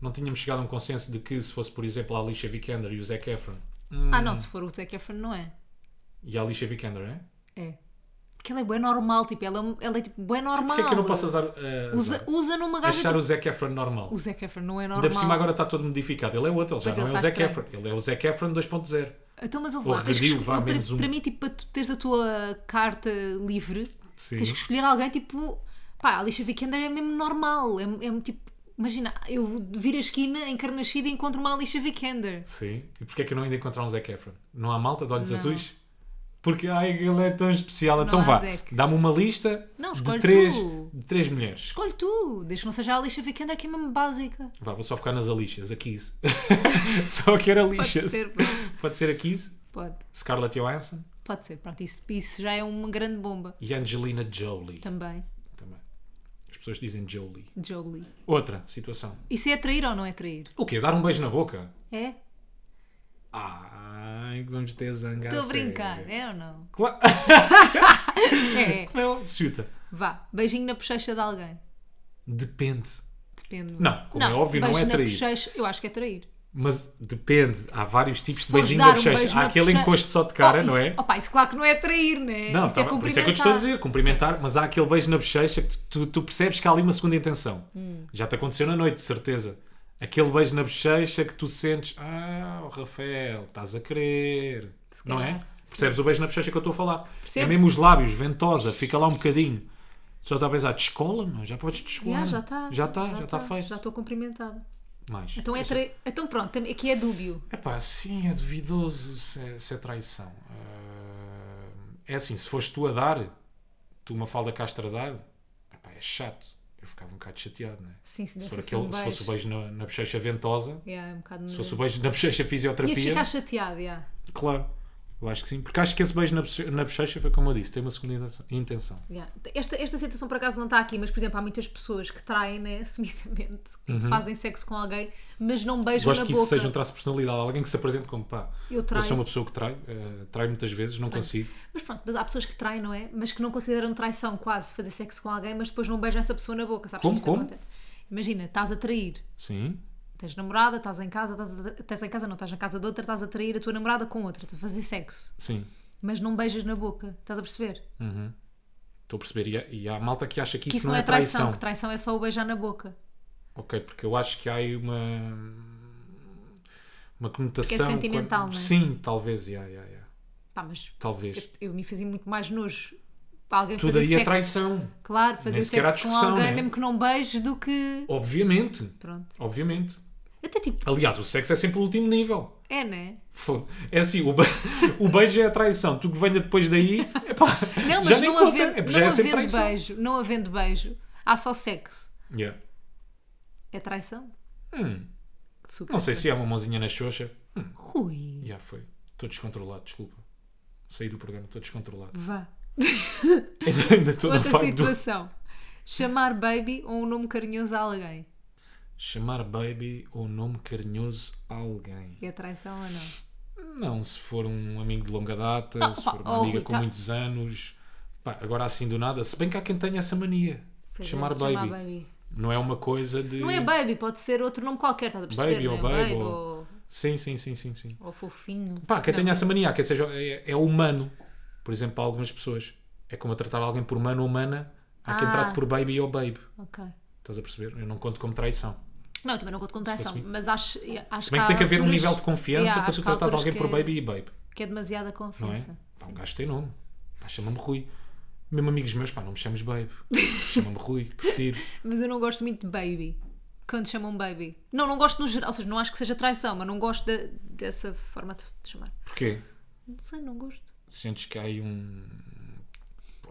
Speaker 1: Não tínhamos chegado a um consenso de que se fosse, por exemplo, a Alicia Vikander e o Zac Efron.
Speaker 2: Ah não, se for o Zac Efron, não é.
Speaker 1: E a Alicia Vikander, é?
Speaker 2: É. Porque ela é bué normal, tipo, ela, é- ela é tipo bué normal.
Speaker 1: Porquê é que eu não posso azar, eh,
Speaker 2: Usa,
Speaker 1: azar?
Speaker 2: usa numa gaja.
Speaker 1: achar
Speaker 2: tipo-
Speaker 1: o Zac Efron normal?
Speaker 2: O Zac Efron não é normal.
Speaker 1: Ainda por cima agora está todo modificado. Ele é outro, ele já
Speaker 2: Pois
Speaker 1: não
Speaker 2: ele tá
Speaker 1: é o
Speaker 2: está
Speaker 1: Zac Efron. Ele é o Zac Efron 2.0.
Speaker 2: Então, mas ouve
Speaker 1: Ou
Speaker 2: lá, tens que
Speaker 1: regrediu,
Speaker 2: escolher-
Speaker 1: vá,
Speaker 2: para,
Speaker 1: menos um.
Speaker 2: para mim, tipo, para tu teres a tua carta livre,
Speaker 1: Sim.
Speaker 2: tens que escolher alguém, tipo, pá, a Alicia Vikander é mesmo normal, é, é tipo, imagina, eu viro a esquina em Carnachida e encontro uma Alicia Vikander.
Speaker 1: Sim. E porquê é que eu não ainda encontrar um Zac Efron? Não há malta de olhos
Speaker 2: Não.
Speaker 1: azuis? Porque ai, ele é tão especial. então
Speaker 2: há
Speaker 1: vá,
Speaker 2: Zac.
Speaker 1: dá-me uma lista
Speaker 2: Não,
Speaker 1: de,
Speaker 2: escolhe
Speaker 1: três,
Speaker 2: tu.
Speaker 1: de três mulheres.
Speaker 2: Escolhe tu, desde que não seja a Alicia Vikander, que é mesmo básica.
Speaker 1: Vá, vou só focar nas Alixas, a Kiss. só quero
Speaker 2: Pode
Speaker 1: Alixas.
Speaker 2: ser, pronto.
Speaker 1: Pode ser a Kiss,
Speaker 2: pode,
Speaker 1: Scarlett Johansson
Speaker 2: pode ser, pronto, isso, isso já é uma grande bomba.
Speaker 1: e Angelina Jolie.
Speaker 2: Também,
Speaker 1: Também. As pessoas dizem Jolie.
Speaker 2: Jolie.
Speaker 1: Outra situação.
Speaker 2: Isso é atrair ou não é atrair?
Speaker 1: O quê? Dar um beijo na boca?
Speaker 2: É?
Speaker 1: Ai, que vamos ter zangado.
Speaker 2: Estou a brincar, é ou não?
Speaker 1: Claro.
Speaker 2: É, é.
Speaker 1: Como é que se chuta?
Speaker 2: Vá, beijinho na bochecha de alguém.
Speaker 1: Depende.
Speaker 2: Depende.
Speaker 1: Não, como é óbvio, não
Speaker 2: beijo
Speaker 1: é
Speaker 2: na
Speaker 1: trair.
Speaker 2: bochecha, eu acho que é trair.
Speaker 1: Mas depende. Há vários tipos
Speaker 2: Se
Speaker 1: de
Speaker 2: fores
Speaker 1: beijinho
Speaker 2: dar
Speaker 1: na
Speaker 2: um
Speaker 1: bochecha.
Speaker 2: beijo
Speaker 1: Há
Speaker 2: na
Speaker 1: aquele
Speaker 2: bochecha-
Speaker 1: encosto só de cara,
Speaker 2: Oh,
Speaker 1: não
Speaker 2: isso-
Speaker 1: é?
Speaker 2: Opa, isso claro que não é trair, né?
Speaker 1: Não,
Speaker 2: isso
Speaker 1: tá
Speaker 2: é
Speaker 1: bem.
Speaker 2: cumprimentar.
Speaker 1: por isso é que eu te estou a dizer, cumprimentar, mas há aquele beijo na bochecha que tu, tu percebes que há ali uma segunda intenção.
Speaker 2: Hum.
Speaker 1: Já te aconteceu na noite, de certeza. Aquele beijo na bochecha que tu sentes, ah, oh, Rafael, estás a querer. Não é?
Speaker 2: calhar,
Speaker 1: Percebes o beijo na bochecha que eu estou a falar?
Speaker 2: Percebo.
Speaker 1: É mesmo os lábios, ventosa, fica lá um bocadinho. Só está a pensar, descola-me, já podes descolar.
Speaker 2: Já, já está.
Speaker 1: Já está, já está
Speaker 2: tá,
Speaker 1: feito.
Speaker 2: Já estou cumprimentada.
Speaker 1: Mais.
Speaker 2: Então é trair. Então pronto, aqui é dúbio.
Speaker 1: Epá, sim, é duvidoso se é, se é traição. Ah, é assim, se foste tu a dar, tu uma falda castra a dar, epá, é chato. Eu ficava um bocado chateado, né?
Speaker 2: Sim, se
Speaker 1: Se,
Speaker 2: desse
Speaker 1: for
Speaker 2: assim
Speaker 1: aquele,
Speaker 2: um
Speaker 1: se
Speaker 2: beijo.
Speaker 1: fosse o beijo na, na bochecha ventosa,
Speaker 2: Yeah, é um bocado...
Speaker 1: se fosse o beijo na bochecha
Speaker 2: Ias
Speaker 1: fisioterapia,
Speaker 2: ficar chateado, yeah.
Speaker 1: claro, eu acho que sim. Porque acho que esse beijo na, boche- na bochecha foi como eu disse, tem uma segunda intenção.
Speaker 2: Yeah. Esta, esta situação por acaso não está aqui, mas por exemplo, há muitas pessoas que traem, né, assumidamente, que fazem sexo com alguém, mas não beijam
Speaker 1: Gosto
Speaker 2: na
Speaker 1: Uhum. que isso
Speaker 2: boca.
Speaker 1: seja um traço de personalidade, alguém que se apresente como pá.
Speaker 2: Eu traio.
Speaker 1: sou uma pessoa que trai, eh, trai muitas vezes, não consigo.
Speaker 2: Mas pronto, mas há pessoas que traem, não é? Mas que não consideram traição quase fazer sexo com alguém, mas depois não beijam essa pessoa na boca, sabes?
Speaker 1: Como,
Speaker 2: Isto
Speaker 1: como?
Speaker 2: acontece. Imagina, estás a trair.
Speaker 1: Sim,
Speaker 2: Tens namorada, estás em casa, estás, a- estás em casa, não estás na casa de outra, estás a trair a tua namorada com outra, estás a fazer sexo,
Speaker 1: sim.
Speaker 2: mas não beijas na boca, estás a perceber?
Speaker 1: Estou a perceber. E há, e há malta que acha que,
Speaker 2: que isso não, é traição, que traição é só o beijar na boca.
Speaker 1: Ok, porque eu acho que há aí uma uma conotação
Speaker 2: Porque é sentimental,
Speaker 1: quando-
Speaker 2: não é?
Speaker 1: Sim, talvez, yeah, yeah, yeah.
Speaker 2: Pá, mas
Speaker 1: talvez.
Speaker 2: eu me fazia muito mais nojo para alguém
Speaker 1: Tudo
Speaker 2: fazer
Speaker 1: aí
Speaker 2: sexo.
Speaker 1: é traição,
Speaker 2: Claro, fazer
Speaker 1: Nem sequer há
Speaker 2: sexo com
Speaker 1: discussão,
Speaker 2: alguém,
Speaker 1: né?
Speaker 2: mesmo que não beijes, do que.
Speaker 1: obviamente,
Speaker 2: Pronto.
Speaker 1: obviamente.
Speaker 2: Até tipo,
Speaker 1: Aliás, o sexo é sempre o último nível.
Speaker 2: é, né?
Speaker 1: Fogo. É assim, o, be- o beijo é a traição. Tu que venha depois daí, epá,
Speaker 2: Não,
Speaker 1: já
Speaker 2: mas
Speaker 1: nem
Speaker 2: não
Speaker 1: conta.
Speaker 2: havendo,
Speaker 1: é, já
Speaker 2: não
Speaker 1: é sempre
Speaker 2: havendo
Speaker 1: traição.
Speaker 2: beijo, não havendo beijo, há só sexo.
Speaker 1: Yeah.
Speaker 2: É traição?
Speaker 1: Hum,
Speaker 2: Super.
Speaker 1: não sei se há uma mãozinha na xoxa. Hum,
Speaker 2: Rui,
Speaker 1: já foi. Estou descontrolado, desculpa. Saí do programa, estou descontrolado.
Speaker 2: vá.
Speaker 1: Ainda- Ainda estou na
Speaker 2: Outra
Speaker 1: fase do...
Speaker 2: situação. Chamar baby ou um nome carinhoso a alguém.
Speaker 1: Chamar baby ou nome carinhoso a alguém.
Speaker 2: É traição ou não?
Speaker 1: Não, se for um amigo de longa data,
Speaker 2: Ah,
Speaker 1: se
Speaker 2: pá,
Speaker 1: for uma
Speaker 2: oh,
Speaker 1: amiga
Speaker 2: Rui,
Speaker 1: com
Speaker 2: tá-
Speaker 1: muitos anos. Pá, agora assim do nada, se bem que há quem tenha essa mania. de
Speaker 2: Pois é,
Speaker 1: chamar, baby.
Speaker 2: chamar baby.
Speaker 1: Não é uma coisa de...
Speaker 2: Não é baby, pode ser outro nome qualquer, estás a perceber?
Speaker 1: Baby
Speaker 2: não é?
Speaker 1: ou babe
Speaker 2: Babe
Speaker 1: ou-
Speaker 2: ou...
Speaker 1: Sim, sim, sim, sim, sim.
Speaker 2: ou fofinho.
Speaker 1: Pá, quem
Speaker 2: Não.
Speaker 1: tenha essa mania, que seja, é, é humano, por exemplo, para algumas pessoas. É como a tratar alguém por humano ou humana, há quem
Speaker 2: Ah.
Speaker 1: trate por baby ou babe.
Speaker 2: Ok.
Speaker 1: Estás a perceber? Eu não conto como traição.
Speaker 2: Não, eu também não conto com traição,
Speaker 1: fosse-
Speaker 2: mas acho, acho
Speaker 1: Se bem que tem
Speaker 2: há
Speaker 1: que haver um
Speaker 2: alturas-
Speaker 1: nível de confiança
Speaker 2: Yeah,
Speaker 1: para
Speaker 2: acho
Speaker 1: tu
Speaker 2: que há
Speaker 1: tratares
Speaker 2: alturas
Speaker 1: alguém por
Speaker 2: que é-
Speaker 1: baby e babe,
Speaker 2: Que é demasiada
Speaker 1: não é?
Speaker 2: confiança.
Speaker 1: Pá, um gajo tem nome. Pá, chama-me Rui. Mesmo amigos meus, pá, não me chames babe. Chama-me Rui, prefiro.
Speaker 2: Mas eu não gosto muito de baby. Quando chamam baby. Não, não gosto no geral. Ou seja, não acho que seja traição, mas não gosto de- dessa forma de de chamar.
Speaker 1: Porquê?
Speaker 2: Não sei, não gosto.
Speaker 1: Sentes que há aí um.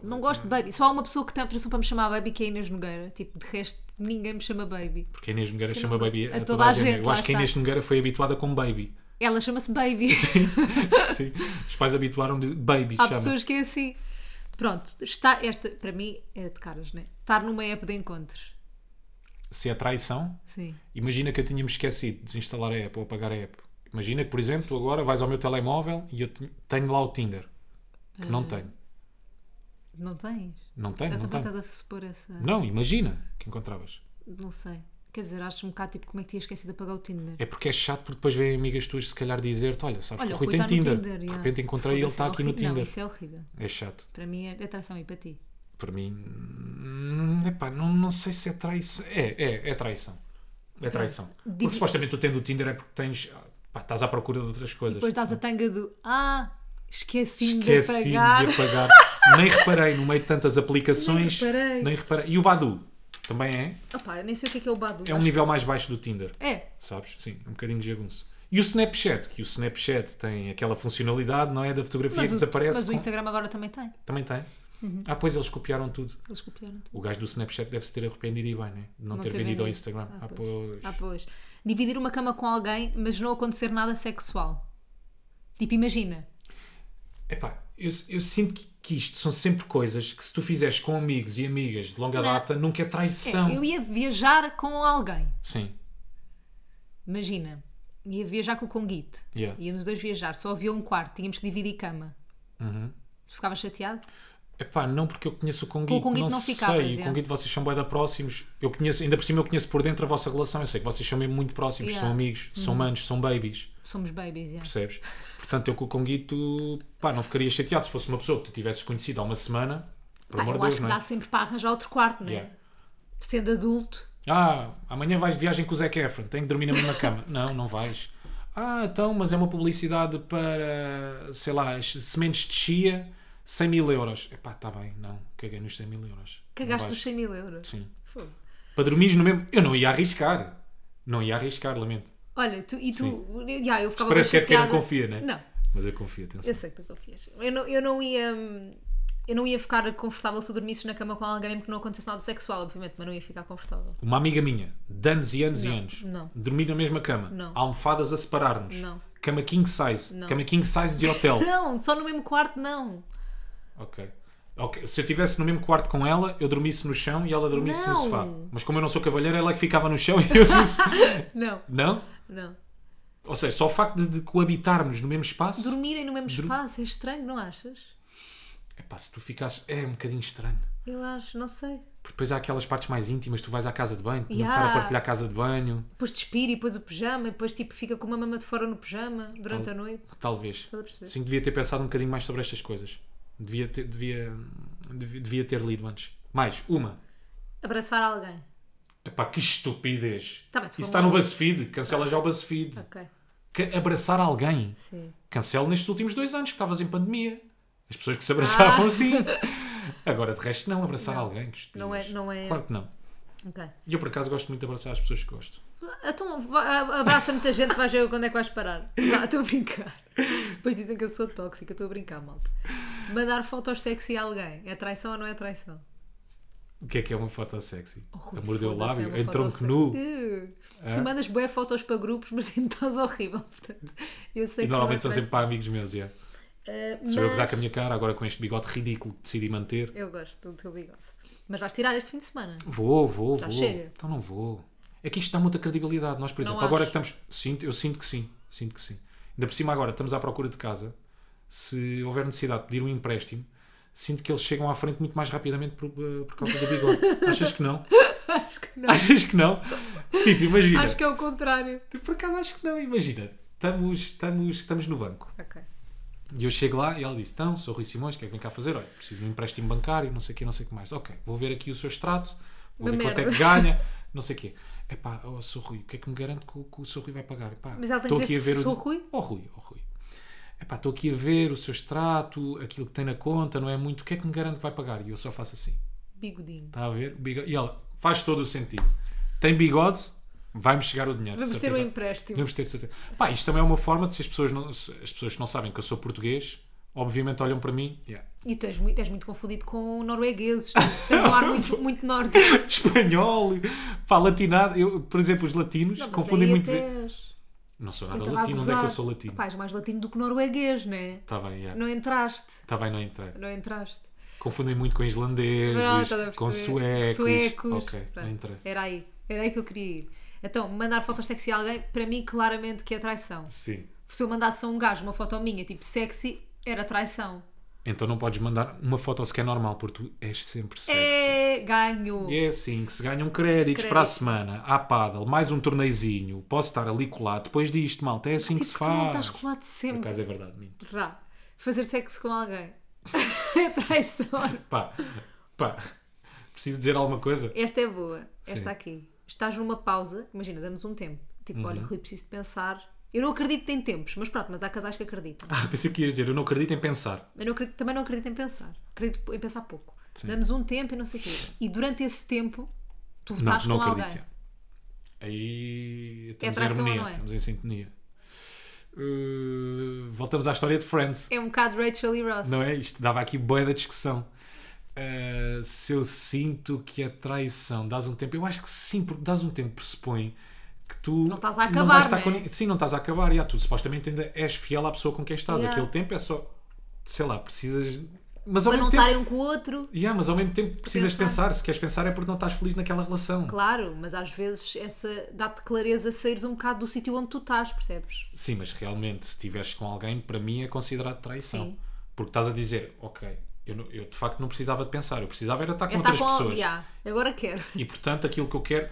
Speaker 2: Não gosto de baby. Só há uma pessoa que tem autorização para me chamar baby que é a Inês Nogueira. Tipo, de resto, ninguém me chama baby.
Speaker 1: Porque a Inês Nogueira
Speaker 2: Que
Speaker 1: chama
Speaker 2: não-
Speaker 1: baby
Speaker 2: a toda a gente,
Speaker 1: Eu
Speaker 2: lá
Speaker 1: acho que a
Speaker 2: está.
Speaker 1: Inês Nogueira foi habituada com baby.
Speaker 2: Ela chama-se baby.
Speaker 1: Sim. Os pais habituaram de baby,
Speaker 2: há
Speaker 1: chama.
Speaker 2: pessoas que é assim. Pronto, está esta, para mim, é de caras, né? Estar numa app de encontros.
Speaker 1: Se é traição,
Speaker 2: Sim.
Speaker 1: Imagina que eu tinha-me esquecido de desinstalar a app ou apagar a app. Imagina que, por exemplo, tu agora vais ao meu telemóvel e eu te- tenho lá o Tinder. Que não tenho.
Speaker 2: Não tens?
Speaker 1: Não tenho,
Speaker 2: Ah. Eu
Speaker 1: não
Speaker 2: também
Speaker 1: tenho.
Speaker 2: estás a supor essa.
Speaker 1: Não, imagina que encontravas.
Speaker 2: Não sei. Quer dizer, acho um bocado tipo como é que tinha esquecido de apagar o Tinder.
Speaker 1: É porque é chato porque depois vêm amigas tuas se calhar dizer-te, olha, sabes
Speaker 2: Olha,
Speaker 1: que
Speaker 2: o
Speaker 1: o Rui
Speaker 2: Rui
Speaker 1: tem
Speaker 2: está
Speaker 1: Tinder.
Speaker 2: no Tinder.
Speaker 1: de
Speaker 2: yeah.
Speaker 1: repente encontrei ele,
Speaker 2: Foda-se,
Speaker 1: está aqui no
Speaker 2: horrível. Não,
Speaker 1: Tinder.
Speaker 2: isso é horrível.
Speaker 1: É chato.
Speaker 2: Para mim é é traição e para ti.
Speaker 1: Para mim, hum, epá, não, não sei se é traição. É, é, é traição. É traição. Porque
Speaker 2: Divi-
Speaker 1: supostamente tu tendo o Tinder é porque tens. pá, estás à procura de outras coisas.
Speaker 2: Depois dás a tanga do Ah, esqueci-me de
Speaker 1: Esqueci de
Speaker 2: apagar.
Speaker 1: apagar. nem reparei no meio de tantas aplicações.
Speaker 2: Nem reparei.
Speaker 1: nem reparei. E o Badu também é.
Speaker 2: Opa, nem sei o que é que é o Badu.
Speaker 1: É um nível mais baixo do Tinder.
Speaker 2: É,
Speaker 1: Sabes? Sim, um bocadinho de jagunço. E o Snapchat, que o Snapchat tem aquela funcionalidade, não é? Da fotografia
Speaker 2: mas,
Speaker 1: que
Speaker 2: o,
Speaker 1: desaparece.
Speaker 2: mas o Uhum.
Speaker 1: com-
Speaker 2: Instagram agora também tem.
Speaker 1: Também tem. Ah, pois eles copiaram tudo.
Speaker 2: Eles copiaram tudo.
Speaker 1: O gajo do Snapchat deve-se ter arrependido e bem, né? De não, ter, vendido ao Instagram. Ah, pois.
Speaker 2: Ah, pois. Dividir uma cama com alguém, mas não acontecer nada sexual. Tipo, imagina.
Speaker 1: Epá, eu, eu sinto que, que isto são sempre coisas que se tu fizeres com amigos e amigas de longa
Speaker 2: Não.
Speaker 1: data, nunca é
Speaker 2: É,
Speaker 1: traição.
Speaker 2: eu ia viajar com alguém.
Speaker 1: Sim.
Speaker 2: Imagina. Ia viajar com o Conguito.
Speaker 1: Yeah.
Speaker 2: Íamos dois viajar. Só havia um quarto. Tínhamos que dividir cama.
Speaker 1: Uhum.
Speaker 2: Tu ficavas chateado?
Speaker 1: Epá, não porque eu conheço o Conguito,
Speaker 2: Com o Conguito
Speaker 1: não,
Speaker 2: não
Speaker 1: sei,
Speaker 2: ficavas,
Speaker 1: e
Speaker 2: é.
Speaker 1: o Conguito vocês são bué da próximos, eu conheço, ainda por cima eu conheço por dentro a vossa relação, eu sei que vocês são mesmo muito próximos,
Speaker 2: Yeah.
Speaker 1: são
Speaker 2: Uhum.
Speaker 1: amigos, são manos, são babies,
Speaker 2: Somos babies, yeah.
Speaker 1: percebes? Portanto, eu com o Conguito, pá, não ficaria chateado se fosse uma pessoa que tu tivesses conhecido há uma semana, por
Speaker 2: Pá,
Speaker 1: amor
Speaker 2: eu
Speaker 1: de Deus,
Speaker 2: acho que
Speaker 1: não
Speaker 2: dá
Speaker 1: é?
Speaker 2: sempre para arranjar outro quarto, não é?
Speaker 1: Yeah.
Speaker 2: Sendo adulto.
Speaker 1: Ah, amanhã vais de viagem com o Zac Efron, tenho que dormir na mesma cama. não, não vais. Ah, então, mas é uma publicidade para, sei lá, as sementes de chia, 100 mil euros. Epá, tá bem, não, caguei nos 100 mil euros. Não
Speaker 2: Cagaste
Speaker 1: vais.
Speaker 2: os 100 mil euros.
Speaker 1: Sim.
Speaker 2: Fogo.
Speaker 1: Para dormires no mesmo. Eu não ia arriscar. Não ia arriscar, lamento.
Speaker 2: Olha, tu, e tu. Yeah, eu ficava
Speaker 1: Parece que é
Speaker 2: bem
Speaker 1: de quem não
Speaker 2: chateada.
Speaker 1: confia, né?
Speaker 2: Não,
Speaker 1: Mas eu confio, atenção.
Speaker 2: eu sei que tu confias. Eu não, eu não ia. hum, Eu não ia ficar confortável se tu dormisses na cama com alguém, mesmo que não acontecesse nada sexual, obviamente, mas não ia ficar confortável.
Speaker 1: Uma amiga minha, de anos e anos
Speaker 2: Não,
Speaker 1: e anos,
Speaker 2: não.
Speaker 1: dormir na mesma cama,
Speaker 2: Não.
Speaker 1: almofadas a separar-nos,
Speaker 2: Não.
Speaker 1: cama king size,
Speaker 2: Não.
Speaker 1: cama king size de hotel.
Speaker 2: Não, só no mesmo quarto, não.
Speaker 1: ok. Ok, se eu estivesse no mesmo quarto com ela, eu dormisse no chão e ela dormisse no
Speaker 2: Não.
Speaker 1: sofá. Mas como eu não sou cavalheiro, ela é que ficava no chão e eu disse.
Speaker 2: Não,
Speaker 1: não?
Speaker 2: não.
Speaker 1: Ou seja, só o facto de, de coabitarmos no mesmo espaço.
Speaker 2: Dormirem no mesmo
Speaker 1: Dur-
Speaker 2: espaço é estranho, não achas?
Speaker 1: Epá, se tu ficasses. É um bocadinho estranho.
Speaker 2: Eu acho, não sei.
Speaker 1: Porque depois há aquelas partes mais íntimas, tu vais à casa de banho,
Speaker 2: Yeah.
Speaker 1: não estar a partilhar a casa de banho,
Speaker 2: Depois despira e depois o pijama, e depois tipo fica com uma mama de fora no pijama durante
Speaker 1: Tal-
Speaker 2: a noite.
Speaker 1: talvez.
Speaker 2: Estás a perceber?
Speaker 1: Sim, devia ter pensado um bocadinho mais sobre estas coisas. Devia ter, devia, devia, devia ter lido antes. Mais, uma.
Speaker 2: Abraçar alguém.
Speaker 1: Epá, que estupidez.
Speaker 2: Tá bem, se
Speaker 1: Isso
Speaker 2: for
Speaker 1: está
Speaker 2: uma-
Speaker 1: no BuzzFeed, cancela já o BuzzFeed.
Speaker 2: Ok.
Speaker 1: Que abraçar alguém.
Speaker 2: Sim.
Speaker 1: Cancelo nestes últimos dois anos que estavas em pandemia. As pessoas que
Speaker 2: Ah.
Speaker 1: se abraçavam assim. Agora, de resto, não, abraçar alguém. Que estupidez.
Speaker 2: Não é- não é-
Speaker 1: Claro que não.
Speaker 2: Ok.
Speaker 1: E eu, por acaso, gosto muito de abraçar as pessoas que gosto.
Speaker 2: Então vá- abraça muita gente, vais ver quando é que vais parar. Vá, estou a brincar. Depois dizem que eu sou tóxica, estou a brincar, malta. Mandar fotos sexy a alguém, é traição ou não é traição?
Speaker 1: O que é que é uma foto sexy?
Speaker 2: Oh, Rui,
Speaker 1: Amor deu
Speaker 2: foda-se, é
Speaker 1: lábio,
Speaker 2: uma
Speaker 1: em
Speaker 2: foto
Speaker 1: tronco
Speaker 2: sexy.
Speaker 1: nu. É?
Speaker 2: Uh,
Speaker 1: Hã?
Speaker 2: Tu mandas boas fotos para grupos, mas ainda estás horrível. Portanto, eu sei
Speaker 1: E
Speaker 2: que não é
Speaker 1: normalmente são sempre
Speaker 2: traição.
Speaker 1: para amigos meus, yeah.
Speaker 2: Eh,
Speaker 1: Se eu a
Speaker 2: mas
Speaker 1: gozar com a minha cara, agora com este bigode ridículo que decidi manter.
Speaker 2: Eu gosto do teu bigode. Mas vais tirar este fim de semana.
Speaker 1: Vou, vou,
Speaker 2: Já
Speaker 1: vou.
Speaker 2: chega.
Speaker 1: Então não vou. É que isto dá muita credibilidade. Nós, por exemplo, agora
Speaker 2: acho.
Speaker 1: que estamos. Sinto, eu sinto que sim. Sinto que sim. Ainda por cima, agora estamos à procura de casa. Se houver necessidade de pedir um empréstimo, sinto que eles chegam à frente muito mais rapidamente por, eh, por causa do bigode. Achas que não?
Speaker 2: Acho que não.
Speaker 1: Achas que não? Tipo, imagina.
Speaker 2: Acho que é o contrário.
Speaker 1: Por acaso acho que não, imagina. Estamos, estamos, estamos no banco.
Speaker 2: Ok.
Speaker 1: E eu chego lá e ela disse: Então, sou Rui Simões, o que é que vem cá fazer? Olha, preciso de um empréstimo bancário, não sei o quê, não sei o que mais. Ok, vou ver aqui o seu extrato, vou
Speaker 2: Uma
Speaker 1: ver quanto é
Speaker 2: merda.
Speaker 1: que ganha, não sei o quê. Epá, oh, sou Rui, o que é que me garante que o, que o seu Rui vai pagar? Epá,
Speaker 2: Mas ela tem
Speaker 1: estou
Speaker 2: que
Speaker 1: aqui
Speaker 2: dizer
Speaker 1: a ver
Speaker 2: se
Speaker 1: o-
Speaker 2: sou Rui?
Speaker 1: Oh, Rui, oh, Rui. Epá, estou aqui a ver o seu extrato, aquilo que tem na conta, não é muito, o que é que me garante que vai pagar? E eu só faço assim.
Speaker 2: Bigodinho.
Speaker 1: Está a ver? O bigode- E ela faz todo o sentido. Tem bigode, vai-me chegar o dinheiro. de
Speaker 2: Vamos ter um
Speaker 1: certeza.
Speaker 2: empréstimo.
Speaker 1: Devemos ter certeza. Pá, isto também é uma forma de se as pessoas não, se as pessoas que não sabem que eu sou português, obviamente olham para mim. yeah.
Speaker 2: E tu és muito, és muito confundido com noruegueses. Tu Tens um ar muito, muito norte.
Speaker 1: Espanhol, pá, latinado. Eu, por exemplo, os latinos
Speaker 2: Não, mas
Speaker 1: confundem
Speaker 2: aí
Speaker 1: muito
Speaker 2: até então,
Speaker 1: bem.
Speaker 2: és-
Speaker 1: Não sou
Speaker 2: eu
Speaker 1: nada
Speaker 2: tava a
Speaker 1: latino, onde é que eu
Speaker 2: gozar.
Speaker 1: sou latino?
Speaker 2: Pá, és mais latino do que norueguês, né?
Speaker 1: Está bem, yeah.
Speaker 2: Não entraste.
Speaker 1: Tá bem, não entrei.
Speaker 2: Não entraste.
Speaker 1: Confundem muito com
Speaker 2: Pronto,
Speaker 1: islandeses,
Speaker 2: estás a
Speaker 1: com suecos.
Speaker 2: perceber. Suecos.
Speaker 1: Ok,
Speaker 2: Pronto,
Speaker 1: não entrei.
Speaker 2: Era aí. Era aí que eu queria ir. Então, mandar fotos sexy a alguém, para mim, claramente que é traição.
Speaker 1: Sim.
Speaker 2: Se eu mandasse a um gajo uma foto minha, tipo sexy, era traição.
Speaker 1: Então não podes mandar uma foto sequer normal, porque tu és sempre sexy.
Speaker 2: É, ganho.
Speaker 1: E é assim que se ganham créditos
Speaker 2: Créditos.
Speaker 1: para a semana, à paddle, mais um torneizinho, posso estar ali colado depois disto, malta, é assim
Speaker 2: Tipo,
Speaker 1: que se
Speaker 2: tu não estás
Speaker 1: faz.
Speaker 2: colado
Speaker 1: Por
Speaker 2: sempre.
Speaker 1: acaso é verdade, minto.
Speaker 2: Vá. Fazer sexo com alguém. é traição.
Speaker 1: Pá, pá, preciso dizer alguma coisa?
Speaker 2: Esta é boa. Esta
Speaker 1: Sim.
Speaker 2: aqui. Estás numa pausa, imagina, damos um tempo. Tipo, olha,
Speaker 1: Uhum.
Speaker 2: Rui, preciso de pensar. Eu não acredito em tempos, mas pronto, mas há casais que acreditam.
Speaker 1: Ah, pensei que ias dizer, eu não acredito em pensar.
Speaker 2: Eu não acredito- também não acredito em pensar. Acredito em pensar pouco.
Speaker 1: Sim.
Speaker 2: Damos um tempo e não sei o quê. E durante esse tempo, tu
Speaker 1: Não,
Speaker 2: estás
Speaker 1: não
Speaker 2: com
Speaker 1: acredito.
Speaker 2: alguém.
Speaker 1: já. Aí estamos em
Speaker 2: traição ou
Speaker 1: harmonia,
Speaker 2: não é?
Speaker 1: estamos em sintonia. Uh, voltamos à história de Friends,
Speaker 2: É um bocado Rachel e Ross.
Speaker 1: não é? Isto dava aqui boia da discussão. Uh, se eu sinto que é traição, dás um tempo, eu acho que sim, porque dás um tempo, pressupõe que tu
Speaker 2: Não estás a
Speaker 1: não
Speaker 2: acabar,
Speaker 1: vais estar
Speaker 2: não é?
Speaker 1: com ninguém. Sim, não estás a acabar, e há tu supostamente ainda és fiel à pessoa com quem estás.
Speaker 2: Yeah.
Speaker 1: Aquele tempo é só, sei lá, precisas. Mas ao
Speaker 2: Para não
Speaker 1: mesmo tempo,
Speaker 2: estarem um com o outro.
Speaker 1: Yeah, mas ao mesmo tempo precisas
Speaker 2: Pensar.
Speaker 1: pensar. Se queres pensar é porque não estás feliz naquela relação.
Speaker 2: Claro, mas às vezes essa dá-te clareza saíres um bocado do sítio onde tu estás, percebes?
Speaker 1: Sim, mas realmente, se estiveres com alguém, para mim é considerado traição.
Speaker 2: Sim.
Speaker 1: Porque estás a dizer, ok, eu, não- eu de facto não precisava de pensar, eu precisava era estar com
Speaker 2: É estar
Speaker 1: outras
Speaker 2: com.
Speaker 1: pessoas.
Speaker 2: Yeah, agora quero.
Speaker 1: E portanto, aquilo que eu quero.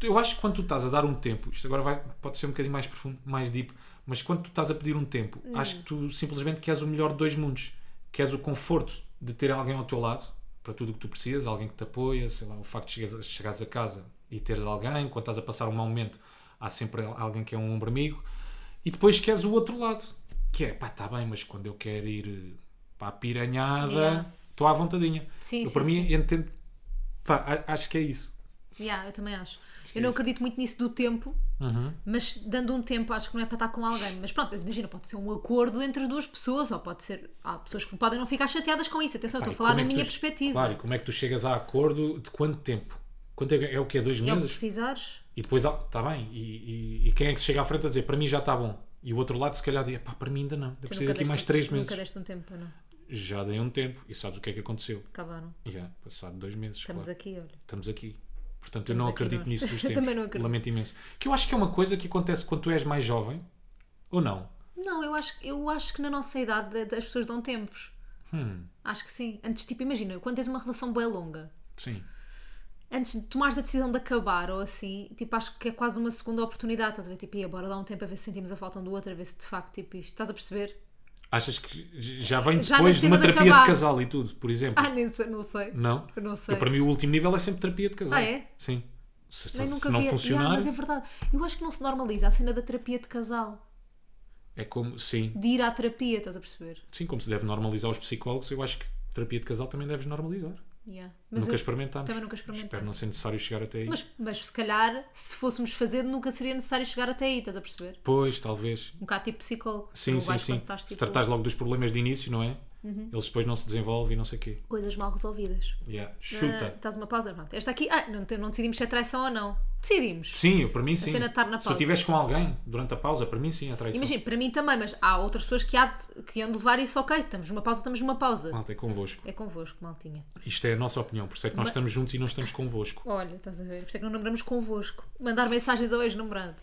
Speaker 1: Eu acho que quando tu estás a dar um tempo, isto agora vai, pode ser um bocadinho mais profundo, mais deep, mas quando tu estás a pedir um tempo, acho que tu simplesmente queres o melhor de dois mundos. Queres o conforto de ter alguém ao teu lado para tudo o que tu precisas, alguém que te apoia, sei lá, o facto de chegares, a- chegares a casa e teres alguém, quando estás a passar um mau momento, há sempre al- alguém que é um ombro amigo, e depois queres o outro lado, que é pá, está bem, mas quando eu quero ir eh, para a
Speaker 2: Yeah.
Speaker 1: piranhada, estou à vontadinha.
Speaker 2: Sim,
Speaker 1: eu,
Speaker 2: sim,
Speaker 1: para mim, entendo, pá, a- acho que é isso.
Speaker 2: Yeah, eu também acho.
Speaker 1: que
Speaker 2: Eu
Speaker 1: é
Speaker 2: não
Speaker 1: isso.
Speaker 2: acredito muito nisso do tempo,
Speaker 1: Uhum.
Speaker 2: mas dando um tempo acho que não é para estar com alguém. Mas pronto, mas imagina, pode ser um acordo entre as duas pessoas, ou pode ser. Há pessoas que podem não ficar chateadas com isso. Atenção, eu
Speaker 1: Pá,
Speaker 2: estou
Speaker 1: e
Speaker 2: a falar
Speaker 1: como
Speaker 2: na
Speaker 1: é que
Speaker 2: minha
Speaker 1: tu-
Speaker 2: perspectiva.
Speaker 1: Claro, e como é que tu chegas a acordo de quanto tempo? Quanto é, é o quê? Dois
Speaker 2: E é o que
Speaker 1: meses?
Speaker 2: precisares.
Speaker 1: E depois, está bem, e, e- e quem é que se chega à frente a dizer para mim já está bom? E o outro lado, se calhar, diz pá, para mim ainda não, ainda
Speaker 2: Tu
Speaker 1: preciso
Speaker 2: nunca
Speaker 1: aqui
Speaker 2: deste
Speaker 1: mais
Speaker 2: um-
Speaker 1: três
Speaker 2: Nunca
Speaker 1: meses.
Speaker 2: deste um tempo, ou não?
Speaker 1: Já dei um tempo e sabes o que é que aconteceu?
Speaker 2: Acabaram.
Speaker 1: Já, passado dois meses,
Speaker 2: Estamos
Speaker 1: claro.
Speaker 2: aqui, olha.
Speaker 1: Estamos aqui. Portanto, eu
Speaker 2: Estamos
Speaker 1: não
Speaker 2: aqui
Speaker 1: acredito
Speaker 2: nós.
Speaker 1: nisso dos
Speaker 2: Eu
Speaker 1: tempos.
Speaker 2: também não acredito.
Speaker 1: Lamento imenso. Que eu acho que é uma coisa que acontece quando tu és mais jovem, ou não?
Speaker 2: Não, eu acho, eu acho que na nossa idade as pessoas dão tempos.
Speaker 1: Hum.
Speaker 2: Acho que sim. Antes, tipo, imagina, quando tens uma relação bem longa,
Speaker 1: Sim.
Speaker 2: antes de tomares a decisão de acabar ou assim, tipo, acho que é quase uma segunda oportunidade. Estás a ver, tipo, ia, bora dar um tempo a ver se sentimos a falta um do outro, a ver se de facto, tipo, isto. Estás a perceber?
Speaker 1: Achas que j- já vem
Speaker 2: Já na
Speaker 1: depois de uma
Speaker 2: cena de
Speaker 1: terapia de
Speaker 2: acabar.
Speaker 1: casal e tudo, por exemplo?
Speaker 2: Ah, nem sei, não sei.
Speaker 1: Não?
Speaker 2: Eu não
Speaker 1: Eu,
Speaker 2: sei.
Speaker 1: para mim, o último nível é sempre terapia de casal.
Speaker 2: Ah, é?
Speaker 1: Sim. Se, se-
Speaker 2: Nem
Speaker 1: se
Speaker 2: nunca
Speaker 1: não
Speaker 2: vi.
Speaker 1: funcionar,
Speaker 2: Yeah, mas é verdade. Eu acho que não se normaliza a cena da terapia de casal.
Speaker 1: é... como. Sim.
Speaker 2: De ir à terapia, estás a perceber?
Speaker 1: Sim, como se deve normalizar os psicólogos, eu acho que terapia de casal também deves normalizar.
Speaker 2: Yeah. Mas
Speaker 1: nunca
Speaker 2: eu
Speaker 1: experimentámos.
Speaker 2: também nunca experimentei.
Speaker 1: Espero não ser necessário chegar até aí.
Speaker 2: Mas, mas se calhar, se fôssemos fazer, nunca seria necessário chegar até aí, estás a perceber?
Speaker 1: Pois, talvez.
Speaker 2: Um bocado tipo psicólogo.
Speaker 1: Sim,
Speaker 2: não
Speaker 1: sim,
Speaker 2: vais
Speaker 1: sim.
Speaker 2: quando estás,
Speaker 1: Se
Speaker 2: tipo,
Speaker 1: tratares logo dos problemas de início, não é?
Speaker 2: Uhum.
Speaker 1: Eles depois não se desenvolvem e não sei o quê.
Speaker 2: Coisas mal resolvidas.
Speaker 1: Yeah.
Speaker 2: Ah,
Speaker 1: Chuta.
Speaker 2: Estás uma pausa? Pronto. Esta aqui. Ah, não, te- não decidimos se é traição ou não. Decidimos.
Speaker 1: Sim, eu, para mim sim.
Speaker 2: cena de estar na
Speaker 1: Se eu
Speaker 2: pausa.
Speaker 1: estiveres com alguém durante a pausa, para mim sim, a traição.
Speaker 2: Imagina, para mim também, mas há outras pessoas que, há de, que hão de levar isso, ok, estamos numa pausa, estamos numa pausa.
Speaker 1: Malta, é convosco.
Speaker 2: É convosco, maltinha.
Speaker 1: Isto é a nossa opinião, por isso é que nós estamos juntos e não estamos convosco.
Speaker 2: Olha, estás a ver? Por isso é que não namoramos convosco. Mandar mensagens ao ex-namorado.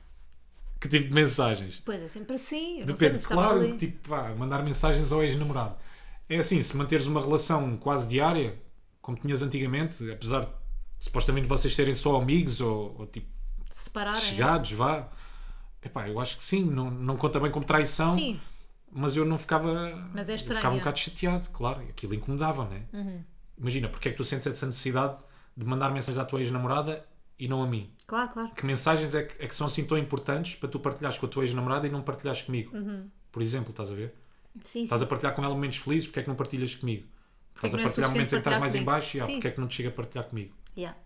Speaker 1: Que tipo de mensagens?
Speaker 2: Pois é, sempre assim. Eu não sei,
Speaker 1: Depende,
Speaker 2: mas estava
Speaker 1: claro,
Speaker 2: ali.
Speaker 1: tipo, pá, mandar mensagens ao ex-namorado. É assim, se manteres uma relação quase diária, como tinhas antigamente, apesar de supostamente vocês serem só amigos ou, ou tipo
Speaker 2: Separarem.
Speaker 1: chegados, vá. Epá, eu acho que sim, não, não conta bem como traição,
Speaker 2: Sim,
Speaker 1: mas eu não ficava.
Speaker 2: Mas é
Speaker 1: eu
Speaker 2: estranho, Uhum.
Speaker 1: ficava um
Speaker 2: é.
Speaker 1: bocado chateado, claro, aquilo incomodava, né? Imagina, porque é que tu sentes essa necessidade de mandar mensagens à tua ex-namorada e não a mim?
Speaker 2: claro, claro.
Speaker 1: que mensagens é que, é que são assim tão importantes para tu partilhares com a tua ex-namorada e não partilhares comigo? Por exemplo, estás a ver?
Speaker 2: Sim, sim.
Speaker 1: Estás a partilhar com ela momentos felizes, porque é que não partilhas comigo? Estás a
Speaker 2: que não é
Speaker 1: partilhar
Speaker 2: suficiente
Speaker 1: momentos em que estás
Speaker 2: partilhar
Speaker 1: mais em
Speaker 2: comigo?
Speaker 1: baixo, yeah,
Speaker 2: Sim.
Speaker 1: porque é que não te chega a partilhar comigo?
Speaker 2: Yeah.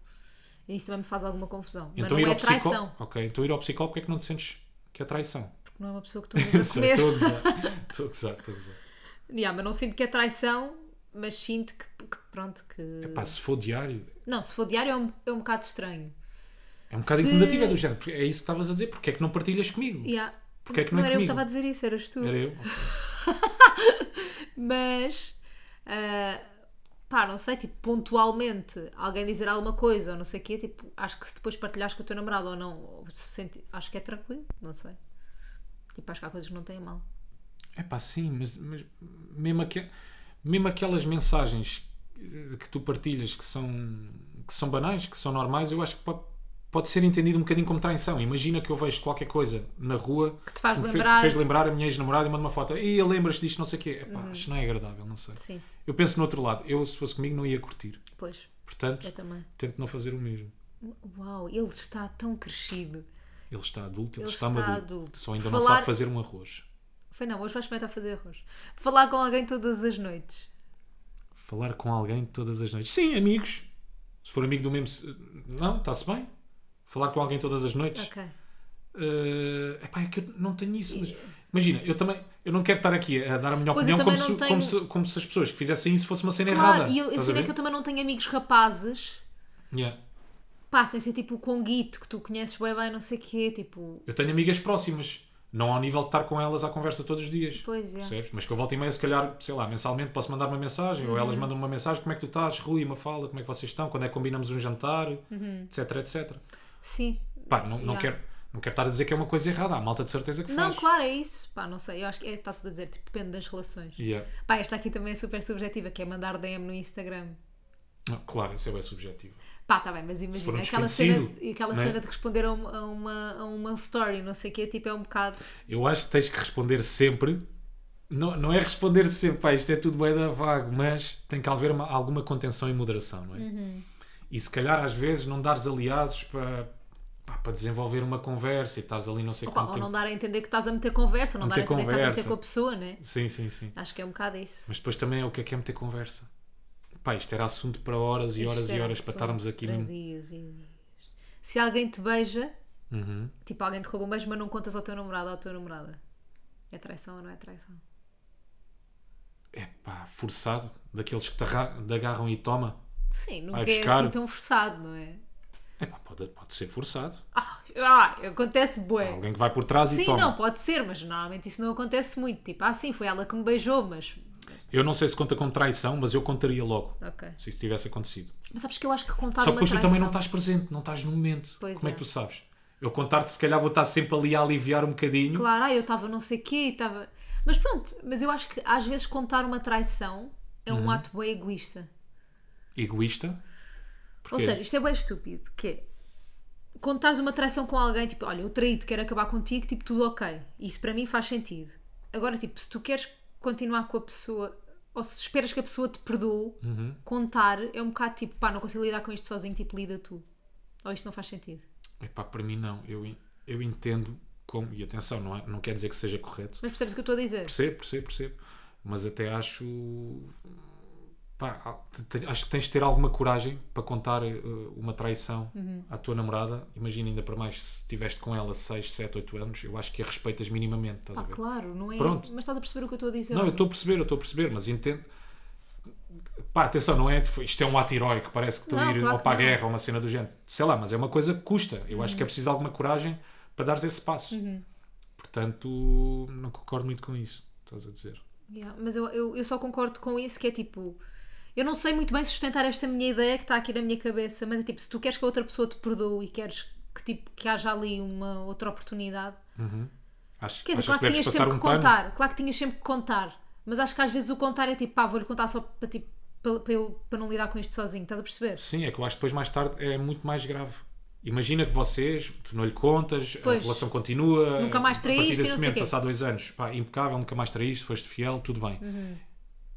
Speaker 2: E isso também me faz alguma confusão. Mas
Speaker 1: então
Speaker 2: não
Speaker 1: ir
Speaker 2: é
Speaker 1: ao psicó-
Speaker 2: traição,
Speaker 1: Ok, então ir ao psicólogo, porque é que não te sentes que é traição?
Speaker 2: porque não é uma pessoa que tu andas
Speaker 1: Eu
Speaker 2: a
Speaker 1: sei,
Speaker 2: comer.
Speaker 1: Estou a gozar, estou a gozar, estou a gozar.
Speaker 2: Yeah, mas não sinto que é traição, mas sinto que, que pronto, que.
Speaker 1: Epá, se for diário,
Speaker 2: Não, se for diário é um, é um bocado estranho.
Speaker 1: é um bocado
Speaker 2: Se-
Speaker 1: incomodativo, é do género, porque é isso que estavas a dizer, porque é que não partilhas comigo?
Speaker 2: Yeah.
Speaker 1: Porque é que não é
Speaker 2: era eu que
Speaker 1: comigo?
Speaker 2: estava a dizer isso, eras tu.
Speaker 1: Era eu?
Speaker 2: Mas. ah, pá, não sei, tipo, pontualmente alguém dizer alguma coisa ou não sei o quê, tipo, acho que se depois partilhares com o teu namorado ou não, ou se senti- acho que é tranquilo, não sei. Tipo, acho que há coisas que não têm mal.
Speaker 1: É pá, sim, mas, mas mesmo, aque- mesmo aquelas mensagens que tu partilhas que são, que são banais, que são normais, eu acho que pode, pode ser entendido um bocadinho como traição. Imagina que eu vejo qualquer coisa na rua
Speaker 2: Que te faz
Speaker 1: me fe-
Speaker 2: lembrar.
Speaker 1: fez lembrar a minha ex-namorada e manda uma foto. E lembras-te disto, não sei o quê. É pá,
Speaker 2: Uhum.
Speaker 1: isto não é agradável, não sei.
Speaker 2: Sim,
Speaker 1: Eu penso no outro lado. Eu, se fosse comigo, não ia curtir.
Speaker 2: pois,
Speaker 1: Portanto,
Speaker 2: eu também.
Speaker 1: tento não fazer o mesmo.
Speaker 2: Uau, ele está tão crescido.
Speaker 1: Ele está adulto, ele,
Speaker 2: Ele
Speaker 1: está,
Speaker 2: está
Speaker 1: maduro.
Speaker 2: adulto.
Speaker 1: Só ainda não
Speaker 2: Falar-
Speaker 1: sabe fazer um arroz.
Speaker 2: Foi não, hoje vais experimentar fazer arroz. Falar com alguém todas as noites.
Speaker 1: Falar com alguém todas as noites. Sim, amigos. Se for amigo do mesmo. se- Não, está-se bem. Falar com alguém todas as noites.
Speaker 2: Ok.
Speaker 1: Eh, epá, é que eu não tenho isso. mas- Imagina, eu também. Eu não quero estar aqui a dar a minha
Speaker 2: Pois, eu
Speaker 1: opinião como
Speaker 2: também
Speaker 1: se,
Speaker 2: não tenho-
Speaker 1: como, se, como se as pessoas que fizessem isso fosse uma cena
Speaker 2: Claro,
Speaker 1: errada.
Speaker 2: e eu, a
Speaker 1: Estás a
Speaker 2: cena é
Speaker 1: ver?
Speaker 2: que eu também não tenho amigos rapazes.
Speaker 1: Yeah.
Speaker 2: Pá, sem ser tipo o Conguito, que tu conheces bem bem, não sei o quê, tipo...
Speaker 1: Eu tenho amigas próximas. Não ao nível de estar com elas à conversa todos os dias.
Speaker 2: Pois é.
Speaker 1: Percebes? Mas que eu volto e meia, se calhar, sei lá, mensalmente posso mandar uma mensagem ou
Speaker 2: Uhum.
Speaker 1: elas mandam uma mensagem: como é que tu estás? Rui, uma fala, como é que vocês estão? Quando é que combinamos um jantar?
Speaker 2: Uhum.
Speaker 1: Etc, etc.
Speaker 2: Sim.
Speaker 1: Pá, não, não,
Speaker 2: Yeah.
Speaker 1: quero, não quero estar a dizer que é uma coisa errada. Há malta de certeza que
Speaker 2: Não,
Speaker 1: faz.
Speaker 2: claro, é isso. Pá, não sei, eu acho que é, está-se a dizer, tipo, depende das relações.
Speaker 1: Yeah.
Speaker 2: Pá, esta aqui também é super subjetiva, que é mandar DM no Instagram.
Speaker 1: Não, claro, isso é bem subjetivo.
Speaker 2: Pá, tá bem, mas
Speaker 1: for um
Speaker 2: imagina, aquela, cena,
Speaker 1: desconhecido,
Speaker 2: aquela
Speaker 1: né?
Speaker 2: cena de responder a uma, a, uma, a uma story, não sei o quê, tipo, é um bocado...
Speaker 1: Eu acho que tens que responder sempre. Não, não é responder sempre, pá, isto é tudo bem da vago, mas tem que haver uma- alguma contenção e moderação, não é?
Speaker 2: Uhum.
Speaker 1: E se calhar às vezes não dares aliados para, pá, para desenvolver uma conversa e estás ali não sei
Speaker 2: Opa,
Speaker 1: quanto
Speaker 2: ou
Speaker 1: tempo.
Speaker 2: não dar a entender que estás a meter conversa, ou não
Speaker 1: Não
Speaker 2: dar a
Speaker 1: ter
Speaker 2: entender que estás a meter
Speaker 1: conversa.
Speaker 2: com a pessoa, né?
Speaker 1: Sim, sim, sim.
Speaker 2: Acho que é um bocado isso.
Speaker 1: Mas depois também é o que é que é meter conversa. Pá, isto era assunto para horas e horas
Speaker 2: Isto
Speaker 1: e
Speaker 2: era
Speaker 1: horas para
Speaker 2: assunto
Speaker 1: estarmos aqui.
Speaker 2: para
Speaker 1: mesmo.
Speaker 2: dias e dias. Se alguém te beija,
Speaker 1: Uhum.
Speaker 2: tipo alguém te roubou um beijo, mas não contas ao teu namorado ou à tua namorada, é traição ou não é traição?
Speaker 1: É pá, forçado, daqueles que te arra- te agarram e toma.
Speaker 2: Sim, nunca
Speaker 1: Vai
Speaker 2: é
Speaker 1: buscar.
Speaker 2: assim tão forçado, não é?
Speaker 1: Epá, pode, pode ser forçado.
Speaker 2: Ah, ah, acontece bué.
Speaker 1: Há Alguém que vai por trás e
Speaker 2: Sim,
Speaker 1: toma.
Speaker 2: não, pode ser, mas normalmente isso não acontece muito. Tipo, ah, sim, foi ela que me beijou, mas.
Speaker 1: Eu não sei se conta como traição, mas eu contaria logo.
Speaker 2: Ok.
Speaker 1: Se isso tivesse acontecido.
Speaker 2: Mas sabes que eu acho que contar
Speaker 1: Só que
Speaker 2: uma
Speaker 1: depois
Speaker 2: traição.
Speaker 1: tu também não estás presente, não estás no momento.
Speaker 2: Pois
Speaker 1: Como é.
Speaker 2: é.
Speaker 1: que tu sabes? Eu contar-te, se calhar vou estar sempre ali a aliviar um bocadinho.
Speaker 2: Claro, ah, eu estava não sei quê, estava. Mas pronto, mas eu acho que às vezes contar uma traição é
Speaker 1: Uhum.
Speaker 2: um ato bem egoísta.
Speaker 1: Egoísta.
Speaker 2: Ou
Speaker 1: Porquê?
Speaker 2: seja, isto é bem estúpido, que é contares uma traição com alguém, tipo, olha, eu traí-te, quero acabar contigo, tipo, tudo ok. Isso para mim faz sentido. Agora, tipo, se tu queres continuar com a pessoa, ou se esperas que a pessoa te perdoe,
Speaker 1: Uhum.
Speaker 2: contar é um bocado tipo, pá, não consigo lidar com isto sozinho, tipo, lida tu. Ou isto não faz sentido.
Speaker 1: Epá, para mim não. Eu, en- eu entendo como. E atenção, não, é- não quer dizer que seja correto.
Speaker 2: Mas percebes o que eu estou a dizer?
Speaker 1: Percebo, percebo, percebo. Mas até acho. Pá, te- te- acho que tens de ter alguma coragem para contar eh, uma traição
Speaker 2: Uhum.
Speaker 1: à tua namorada. Imagina, ainda para mais se estiveste com ela 6, 7, 8 anos, eu acho que a respeitas minimamente, estás
Speaker 2: Pá,
Speaker 1: a ver?
Speaker 2: claro, não é?
Speaker 1: Pronto.
Speaker 2: Mas estás a perceber o que eu estou a dizer? é?
Speaker 1: Não, eu estou a perceber, eu estou a perceber, mas entendo. Pá, atenção, não é? Isto é um ato heróico, parece que estou a
Speaker 2: Não,
Speaker 1: ir
Speaker 2: claro
Speaker 1: ou para a
Speaker 2: que não. Uhum.
Speaker 1: guerra ou uma cena do género. Sei lá, mas é uma coisa que custa. Eu acho que é preciso de alguma coragem para dares esse passo. Portanto, não concordo muito com isso, estás a dizer.
Speaker 2: Yeah, mas eu, eu, eu só concordo com isso que é tipo. Eu não sei muito bem sustentar esta minha ideia que está aqui na minha cabeça, mas é tipo, se tu queres que a outra pessoa te perdoe e queres que, tipo, que haja ali uma outra oportunidade.
Speaker 1: Acho,
Speaker 2: Quer dizer,
Speaker 1: achas
Speaker 2: claro que
Speaker 1: que deves
Speaker 2: tinhas
Speaker 1: passar
Speaker 2: sempre
Speaker 1: um
Speaker 2: que
Speaker 1: pano?
Speaker 2: contar, claro que tinhas sempre que contar, mas acho que às vezes o contar é tipo, pá, vou-lhe contar só para, tipo, para, para eu, para não lidar com isto sozinho, estás a perceber?
Speaker 1: Sim, é que eu acho que depois mais tarde é muito mais grave. Imagina que vocês, tu não lhe contas, a
Speaker 2: Pois.
Speaker 1: relação continua.
Speaker 2: Nunca mais
Speaker 1: A
Speaker 2: traíste
Speaker 1: partir
Speaker 2: e não
Speaker 1: desse
Speaker 2: sei
Speaker 1: momento,
Speaker 2: quê.
Speaker 1: passar dois anos, pá, impecável, nunca mais traíste, foste fiel, tudo bem.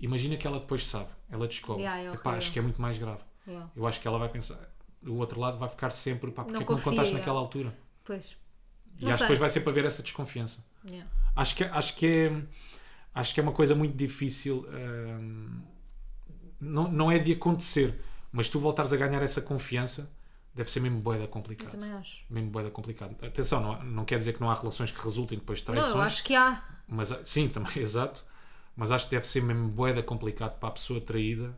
Speaker 1: Imagina que ela depois sabe, ela descobre.
Speaker 2: Uhum. Yeah, é
Speaker 1: Epá,
Speaker 2: horrível.
Speaker 1: acho que é muito mais grave.
Speaker 2: Yeah,
Speaker 1: Eu acho que ela vai pensar, o outro lado vai ficar sempre, pá, porque
Speaker 2: Não
Speaker 1: é que não
Speaker 2: confia.
Speaker 1: contaste naquela altura?
Speaker 2: pois.
Speaker 1: E
Speaker 2: Não
Speaker 1: acho que
Speaker 2: sei.
Speaker 1: depois vai sempre haver essa desconfiança.
Speaker 2: Yeah.
Speaker 1: Acho que, acho que é acho que é uma coisa muito difícil hum, não, não é de acontecer mas tu voltares a ganhar essa confiança deve ser mesmo boeda complicado
Speaker 2: Também acho.
Speaker 1: mesmo boeda complicado atenção, não, não quer dizer que não há relações que resultem depois de
Speaker 2: Não,
Speaker 1: traições
Speaker 2: eu acho que há.
Speaker 1: mas, ah, sim, também, exato mas acho que deve ser mesmo boeda complicado para a pessoa traída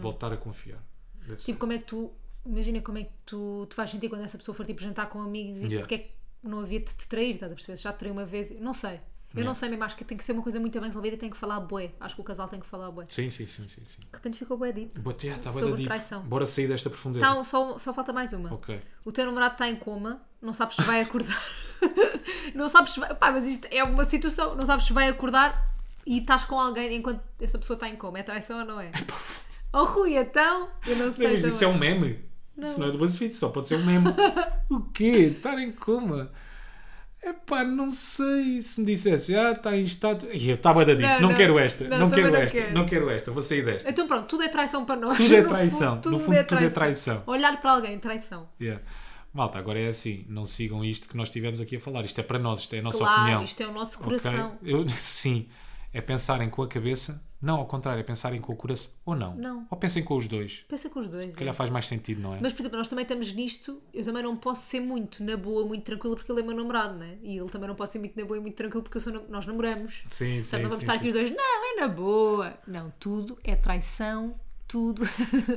Speaker 1: voltar a confiar Deve ser.
Speaker 2: É. Tipo, como é que tu. Imagina como é que tu te vais sentir quando essa pessoa for tipo jantar com amigos e
Speaker 1: Yeah.
Speaker 2: porque é que não havia de te trair, estás a perceber? Se Já te traiu uma vez, não sei. Eu não sei mesmo, acho que tem que ser uma coisa muito bem resolvida e tem que falar bué. Acho que o casal tem que falar bué. De
Speaker 1: sim, sim, sim, sim, sim.
Speaker 2: repente ficou bué deep.
Speaker 1: Boa- yeah, tá bué da
Speaker 2: Sobre
Speaker 1: deep.
Speaker 2: traição.
Speaker 1: bora sair desta profundeza
Speaker 2: Então, só, só falta mais uma.
Speaker 1: ok
Speaker 2: O teu namorado está em coma, não sabes se vai acordar. não sabes se vai. Pá, mas isto é uma situação, não sabes se vai acordar e estás com alguém enquanto essa pessoa está em coma. É traição ou não é? Oh Rui, então, eu não sei.
Speaker 1: Não, mas
Speaker 2: também.
Speaker 1: isso é um meme. Isso não é do BuzzFeed, só pode ser um meme. o quê? Estar em coma? Epá, não sei se me dissesse, ah, está em estado. Ih, eu estava da dica,
Speaker 2: Não,
Speaker 1: não,
Speaker 2: não.
Speaker 1: quero esta,
Speaker 2: Não,
Speaker 1: não,
Speaker 2: também
Speaker 1: quero
Speaker 2: não
Speaker 1: esta,
Speaker 2: quero.
Speaker 1: não quero esta, vou sair desta.
Speaker 2: Então pronto, tudo é traição para nós.
Speaker 1: Tudo é
Speaker 2: No fundo,
Speaker 1: traição. No fundo, tudo é traição.
Speaker 2: Olhar para alguém, traição.
Speaker 1: Yeah. Malta, agora é assim, não sigam isto que nós estivemos aqui a falar. Isto é para nós, isto é a nossa
Speaker 2: claro,
Speaker 1: opinião.
Speaker 2: isto é o nosso
Speaker 1: ok?
Speaker 2: coração.
Speaker 1: Eu, sim, é pensarem com a cabeça, não ao contrário, é pensarem com o coração, ou não.
Speaker 2: Não.
Speaker 1: Ou pensem com os dois.
Speaker 2: Pensa com os dois.
Speaker 1: Se calhar
Speaker 2: é.
Speaker 1: faz mais sentido, não é?
Speaker 2: Mas, por exemplo, nós também estamos nisto. Eu também não posso ser muito na boa, muito tranquila, porque ele é meu namorado, né? E ele também não pode ser muito na boa e muito tranquilo, porque eu sou na- nós namoramos.
Speaker 1: Sim,
Speaker 2: Portanto,
Speaker 1: sim,
Speaker 2: não vamos
Speaker 1: sim,
Speaker 2: estar
Speaker 1: sim.
Speaker 2: aqui os dois, não, é na boa. Não, tudo é traição, tudo.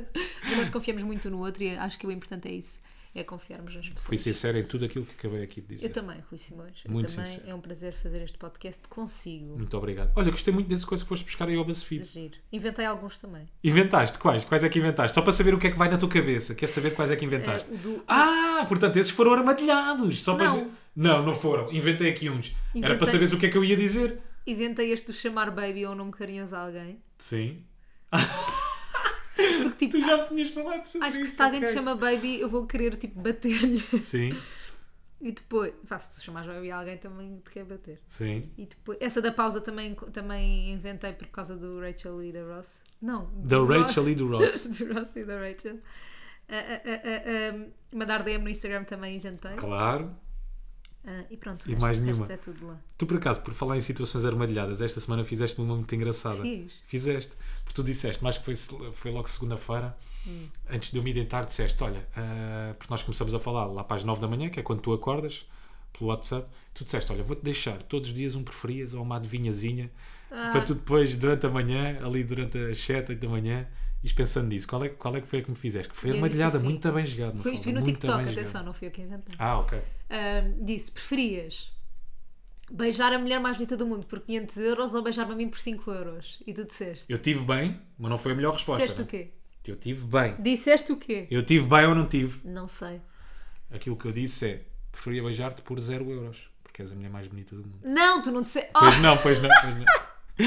Speaker 2: e nós confiamos muito um no outro e acho que o importante é isso. É confiarmos nas pessoas.
Speaker 1: Fui sincero em tudo aquilo que acabei aqui de dizer.
Speaker 2: Eu também, Rui Simões.
Speaker 1: Muito
Speaker 2: eu também.
Speaker 1: sincero.
Speaker 2: É um prazer fazer este podcast consigo.
Speaker 1: Muito obrigado. Olha, gostei muito dessa coisa que foste buscar aí ao BuzzFeed.
Speaker 2: Giro. Inventei alguns também.
Speaker 1: Inventaste quais? Quais é que inventaste? Só para saber o que é que vai na tua cabeça. Queres saber quais é que inventaste?
Speaker 2: É, o do-
Speaker 1: Ah, portanto, esses foram armadilhados. Só para
Speaker 2: Não.
Speaker 1: ver. Não, não foram. Inventei aqui uns. Era
Speaker 2: Inventei.
Speaker 1: para saberes o que é que eu ia dizer.
Speaker 2: Inventei este do chamar baby ou nome carinhoso a alguém.
Speaker 1: Sim.
Speaker 2: Porque, tipo,
Speaker 1: Tu já me tinhas falado sobre
Speaker 2: acho que
Speaker 1: isso,
Speaker 2: se alguém te
Speaker 1: ok.
Speaker 2: chama baby, eu vou querer, tipo, bater-lhe.
Speaker 1: Sim,
Speaker 2: E depois, vá, se tu chamares baby a alguém, também te quer bater.
Speaker 1: sim.
Speaker 2: E depois, essa da pausa também, também inventei por causa do Rachel e da Ross. Não.
Speaker 1: Da
Speaker 2: do Ross-
Speaker 1: Rachel e do Ross.
Speaker 2: do Ross e da Rachel. Ah, ah, ah, ah, ah, mandar DM no Instagram também inventei.
Speaker 1: Claro.
Speaker 2: Ah, e pronto. o
Speaker 1: E
Speaker 2: resto-
Speaker 1: mais
Speaker 2: o resto
Speaker 1: nenhuma.
Speaker 2: é tudo lá.
Speaker 1: Tu, por acaso, por falar em situações armadilhadas, esta semana fizeste uma muito engraçada.
Speaker 2: Fiz.
Speaker 1: Fizeste. Porque tu disseste, mas que foi, foi logo segunda-feira,
Speaker 2: Hum.
Speaker 1: antes de eu me identar, disseste: Olha, ah, porque nós começamos a falar lá para as 9 da manhã, que é quando tu acordas, pelo WhatsApp, tu disseste: Olha, vou-te deixar todos os dias um preferias ou uma adivinhazinha,
Speaker 2: Ah.
Speaker 1: para tu depois, durante a manhã, ali durante as 7, 8 da manhã, ires pensando nisso. Qual é, qual é que foi a que me fizeste? Que foi
Speaker 2: Eu disse
Speaker 1: armadilhada,
Speaker 2: assim.
Speaker 1: muito bem jogado.
Speaker 2: Foi isto, vi no
Speaker 1: muito
Speaker 2: TikTok,
Speaker 1: bem
Speaker 2: atenção,
Speaker 1: jogado.
Speaker 2: não fui eu que inventei.
Speaker 1: Ah, ok.
Speaker 2: Ahm, disse: preferias beijar a mulher mais bonita do mundo por 500 euros ou beijar-me a mim por 5 euros? E tu disseste:
Speaker 1: Eu tive bem, mas não foi a melhor resposta.
Speaker 2: Disseste
Speaker 1: não
Speaker 2: o
Speaker 1: é?
Speaker 2: quê?
Speaker 1: Eu tive bem.
Speaker 2: Disseste o quê?
Speaker 1: Eu tive bem ou não tive?
Speaker 2: Não sei.
Speaker 1: Aquilo que eu disse é: preferia beijar-te por 0 euros, porque és a mulher mais bonita do mundo.
Speaker 2: Não, tu não disseste. Oh,
Speaker 1: Pois não, pois não, pois não.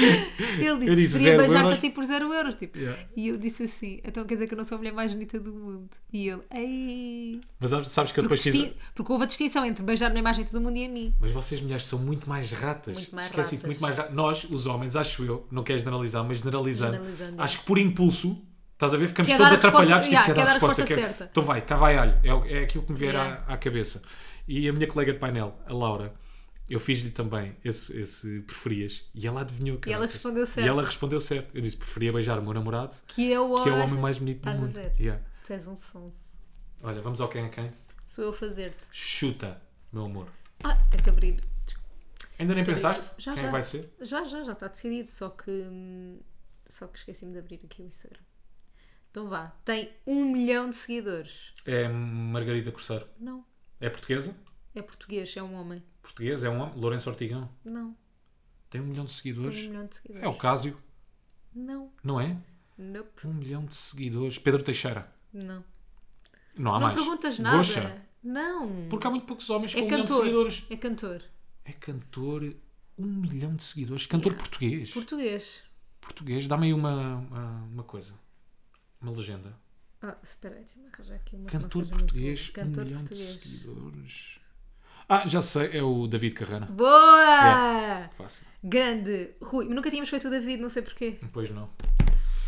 Speaker 2: ele disse:
Speaker 1: eu disse
Speaker 2: preferia
Speaker 1: zero
Speaker 2: beijar-te
Speaker 1: euros.
Speaker 2: a ti por 0 euros. Tipo.
Speaker 1: Yeah.
Speaker 2: E eu disse assim: então quer dizer que eu não sou a mulher mais bonita do mundo? E ele: ei.
Speaker 1: Mas sabes- sabes que eu
Speaker 2: Porque,
Speaker 1: depois fiz.
Speaker 2: disti- porque houve a distinção entre beijar a mulher mais bonita do mundo e a mim.
Speaker 1: Mas vocês mulheres são muito mais ratas.
Speaker 2: Muito mais
Speaker 1: Esquece
Speaker 2: ratas.
Speaker 1: isso, muito mais ratas. Nós, os homens, acho eu, não quero generalizar, mas generalizando,
Speaker 2: Generalizando, é.
Speaker 1: acho que por impulso, estás a ver, ficamos
Speaker 2: Quer
Speaker 1: todos
Speaker 2: dar a resposta-
Speaker 1: atrapalhados,
Speaker 2: yeah,
Speaker 1: tipo,
Speaker 2: quer
Speaker 1: quer dar a
Speaker 2: dar a
Speaker 1: resposta,
Speaker 2: resposta
Speaker 1: quer-
Speaker 2: certa.
Speaker 1: Então vai, cá vai alho, é, o- é aquilo que me vier
Speaker 2: Yeah.
Speaker 1: à, à cabeça. E a minha colega de painel, a Laura, Eu fiz-lhe também esse, esse preferias. E ela adivinhou que
Speaker 2: E ela respondeu certo.
Speaker 1: E ela respondeu certo. Eu disse: preferia beijar o meu namorado,
Speaker 2: Que é o,
Speaker 1: que é o homem mais bonito do
Speaker 2: Estás a
Speaker 1: mundo.
Speaker 2: ver?
Speaker 1: Yeah.
Speaker 2: Tu és um sonso.
Speaker 1: Olha, vamos ao quem é quem?
Speaker 2: Sou eu a fazer-te.
Speaker 1: Chuta, meu amor.
Speaker 2: Ah, tem que abrir.
Speaker 1: Ainda nem
Speaker 2: Tem que abrir.
Speaker 1: pensaste
Speaker 2: Já,
Speaker 1: quem é
Speaker 2: já.
Speaker 1: que vai ser?
Speaker 2: Já, já, já está decidido. Só que. hum, Só que esqueci-me de abrir aqui o Instagram. Então vá. Tem um milhão de seguidores.
Speaker 1: É Margarida Corsair.
Speaker 2: Não.
Speaker 1: É portuguesa?
Speaker 2: É português, é um homem.
Speaker 1: Português, é um homem. Lourenço Ortigão.
Speaker 2: Não.
Speaker 1: Tem um milhão de seguidores.
Speaker 2: Tem um milhão de seguidores.
Speaker 1: É o Cásio,
Speaker 2: Não.
Speaker 1: não é?
Speaker 2: Nope.
Speaker 1: Um milhão de seguidores. Pedro Teixeira.
Speaker 2: Não.
Speaker 1: Não há
Speaker 2: não
Speaker 1: mais.
Speaker 2: perguntas nada.
Speaker 1: Goxa.
Speaker 2: Não.
Speaker 1: Porque há muito poucos homens
Speaker 2: É
Speaker 1: com um milhão de
Speaker 2: cantor.
Speaker 1: seguidores.
Speaker 2: É cantor.
Speaker 1: É cantor, um milhão de seguidores. Cantor
Speaker 2: Yeah.
Speaker 1: português.
Speaker 2: Português.
Speaker 1: Português, dá-me aí uma, uma, uma coisa. Uma legenda.
Speaker 2: Ah, espera aí, deixa-me arranjar aqui uma que não
Speaker 1: Cantor
Speaker 2: seja muito
Speaker 1: português,
Speaker 2: boa.
Speaker 1: um milhão de seguidores. Ah, já sei, é o David Carrana.
Speaker 2: Boa!
Speaker 1: Fácil.
Speaker 2: Grande! Rui, nunca tínhamos feito o David, não sei porquê.
Speaker 1: Pois não.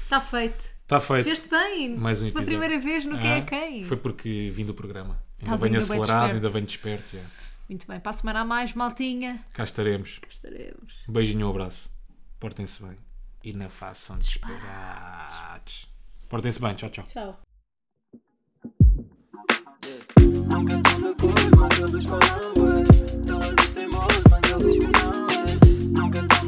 Speaker 2: Está feito.
Speaker 1: Está feito.
Speaker 2: Fizeste bem!
Speaker 1: Mais um
Speaker 2: Pela
Speaker 1: episódio.
Speaker 2: primeira vez no Quem
Speaker 1: Ah,
Speaker 2: é Quem.
Speaker 1: Foi porque vim do programa. Ainda
Speaker 2: Estás
Speaker 1: bem
Speaker 2: ainda bem
Speaker 1: acelerado,
Speaker 2: desperto.
Speaker 1: ainda bem desperto. yeah.
Speaker 2: Muito bem, para a semana a mais, maltinha.
Speaker 1: Cá estaremos.
Speaker 2: Estaremos.
Speaker 1: Um beijinho, um abraço. Portem-se bem. E não façam disparates. Portem-se bem. Tchau, tchau.
Speaker 2: Tchau.
Speaker 3: Não cantando cor, mas eles falam bué. Elas dizem moço, mas eles que não é. Não cantando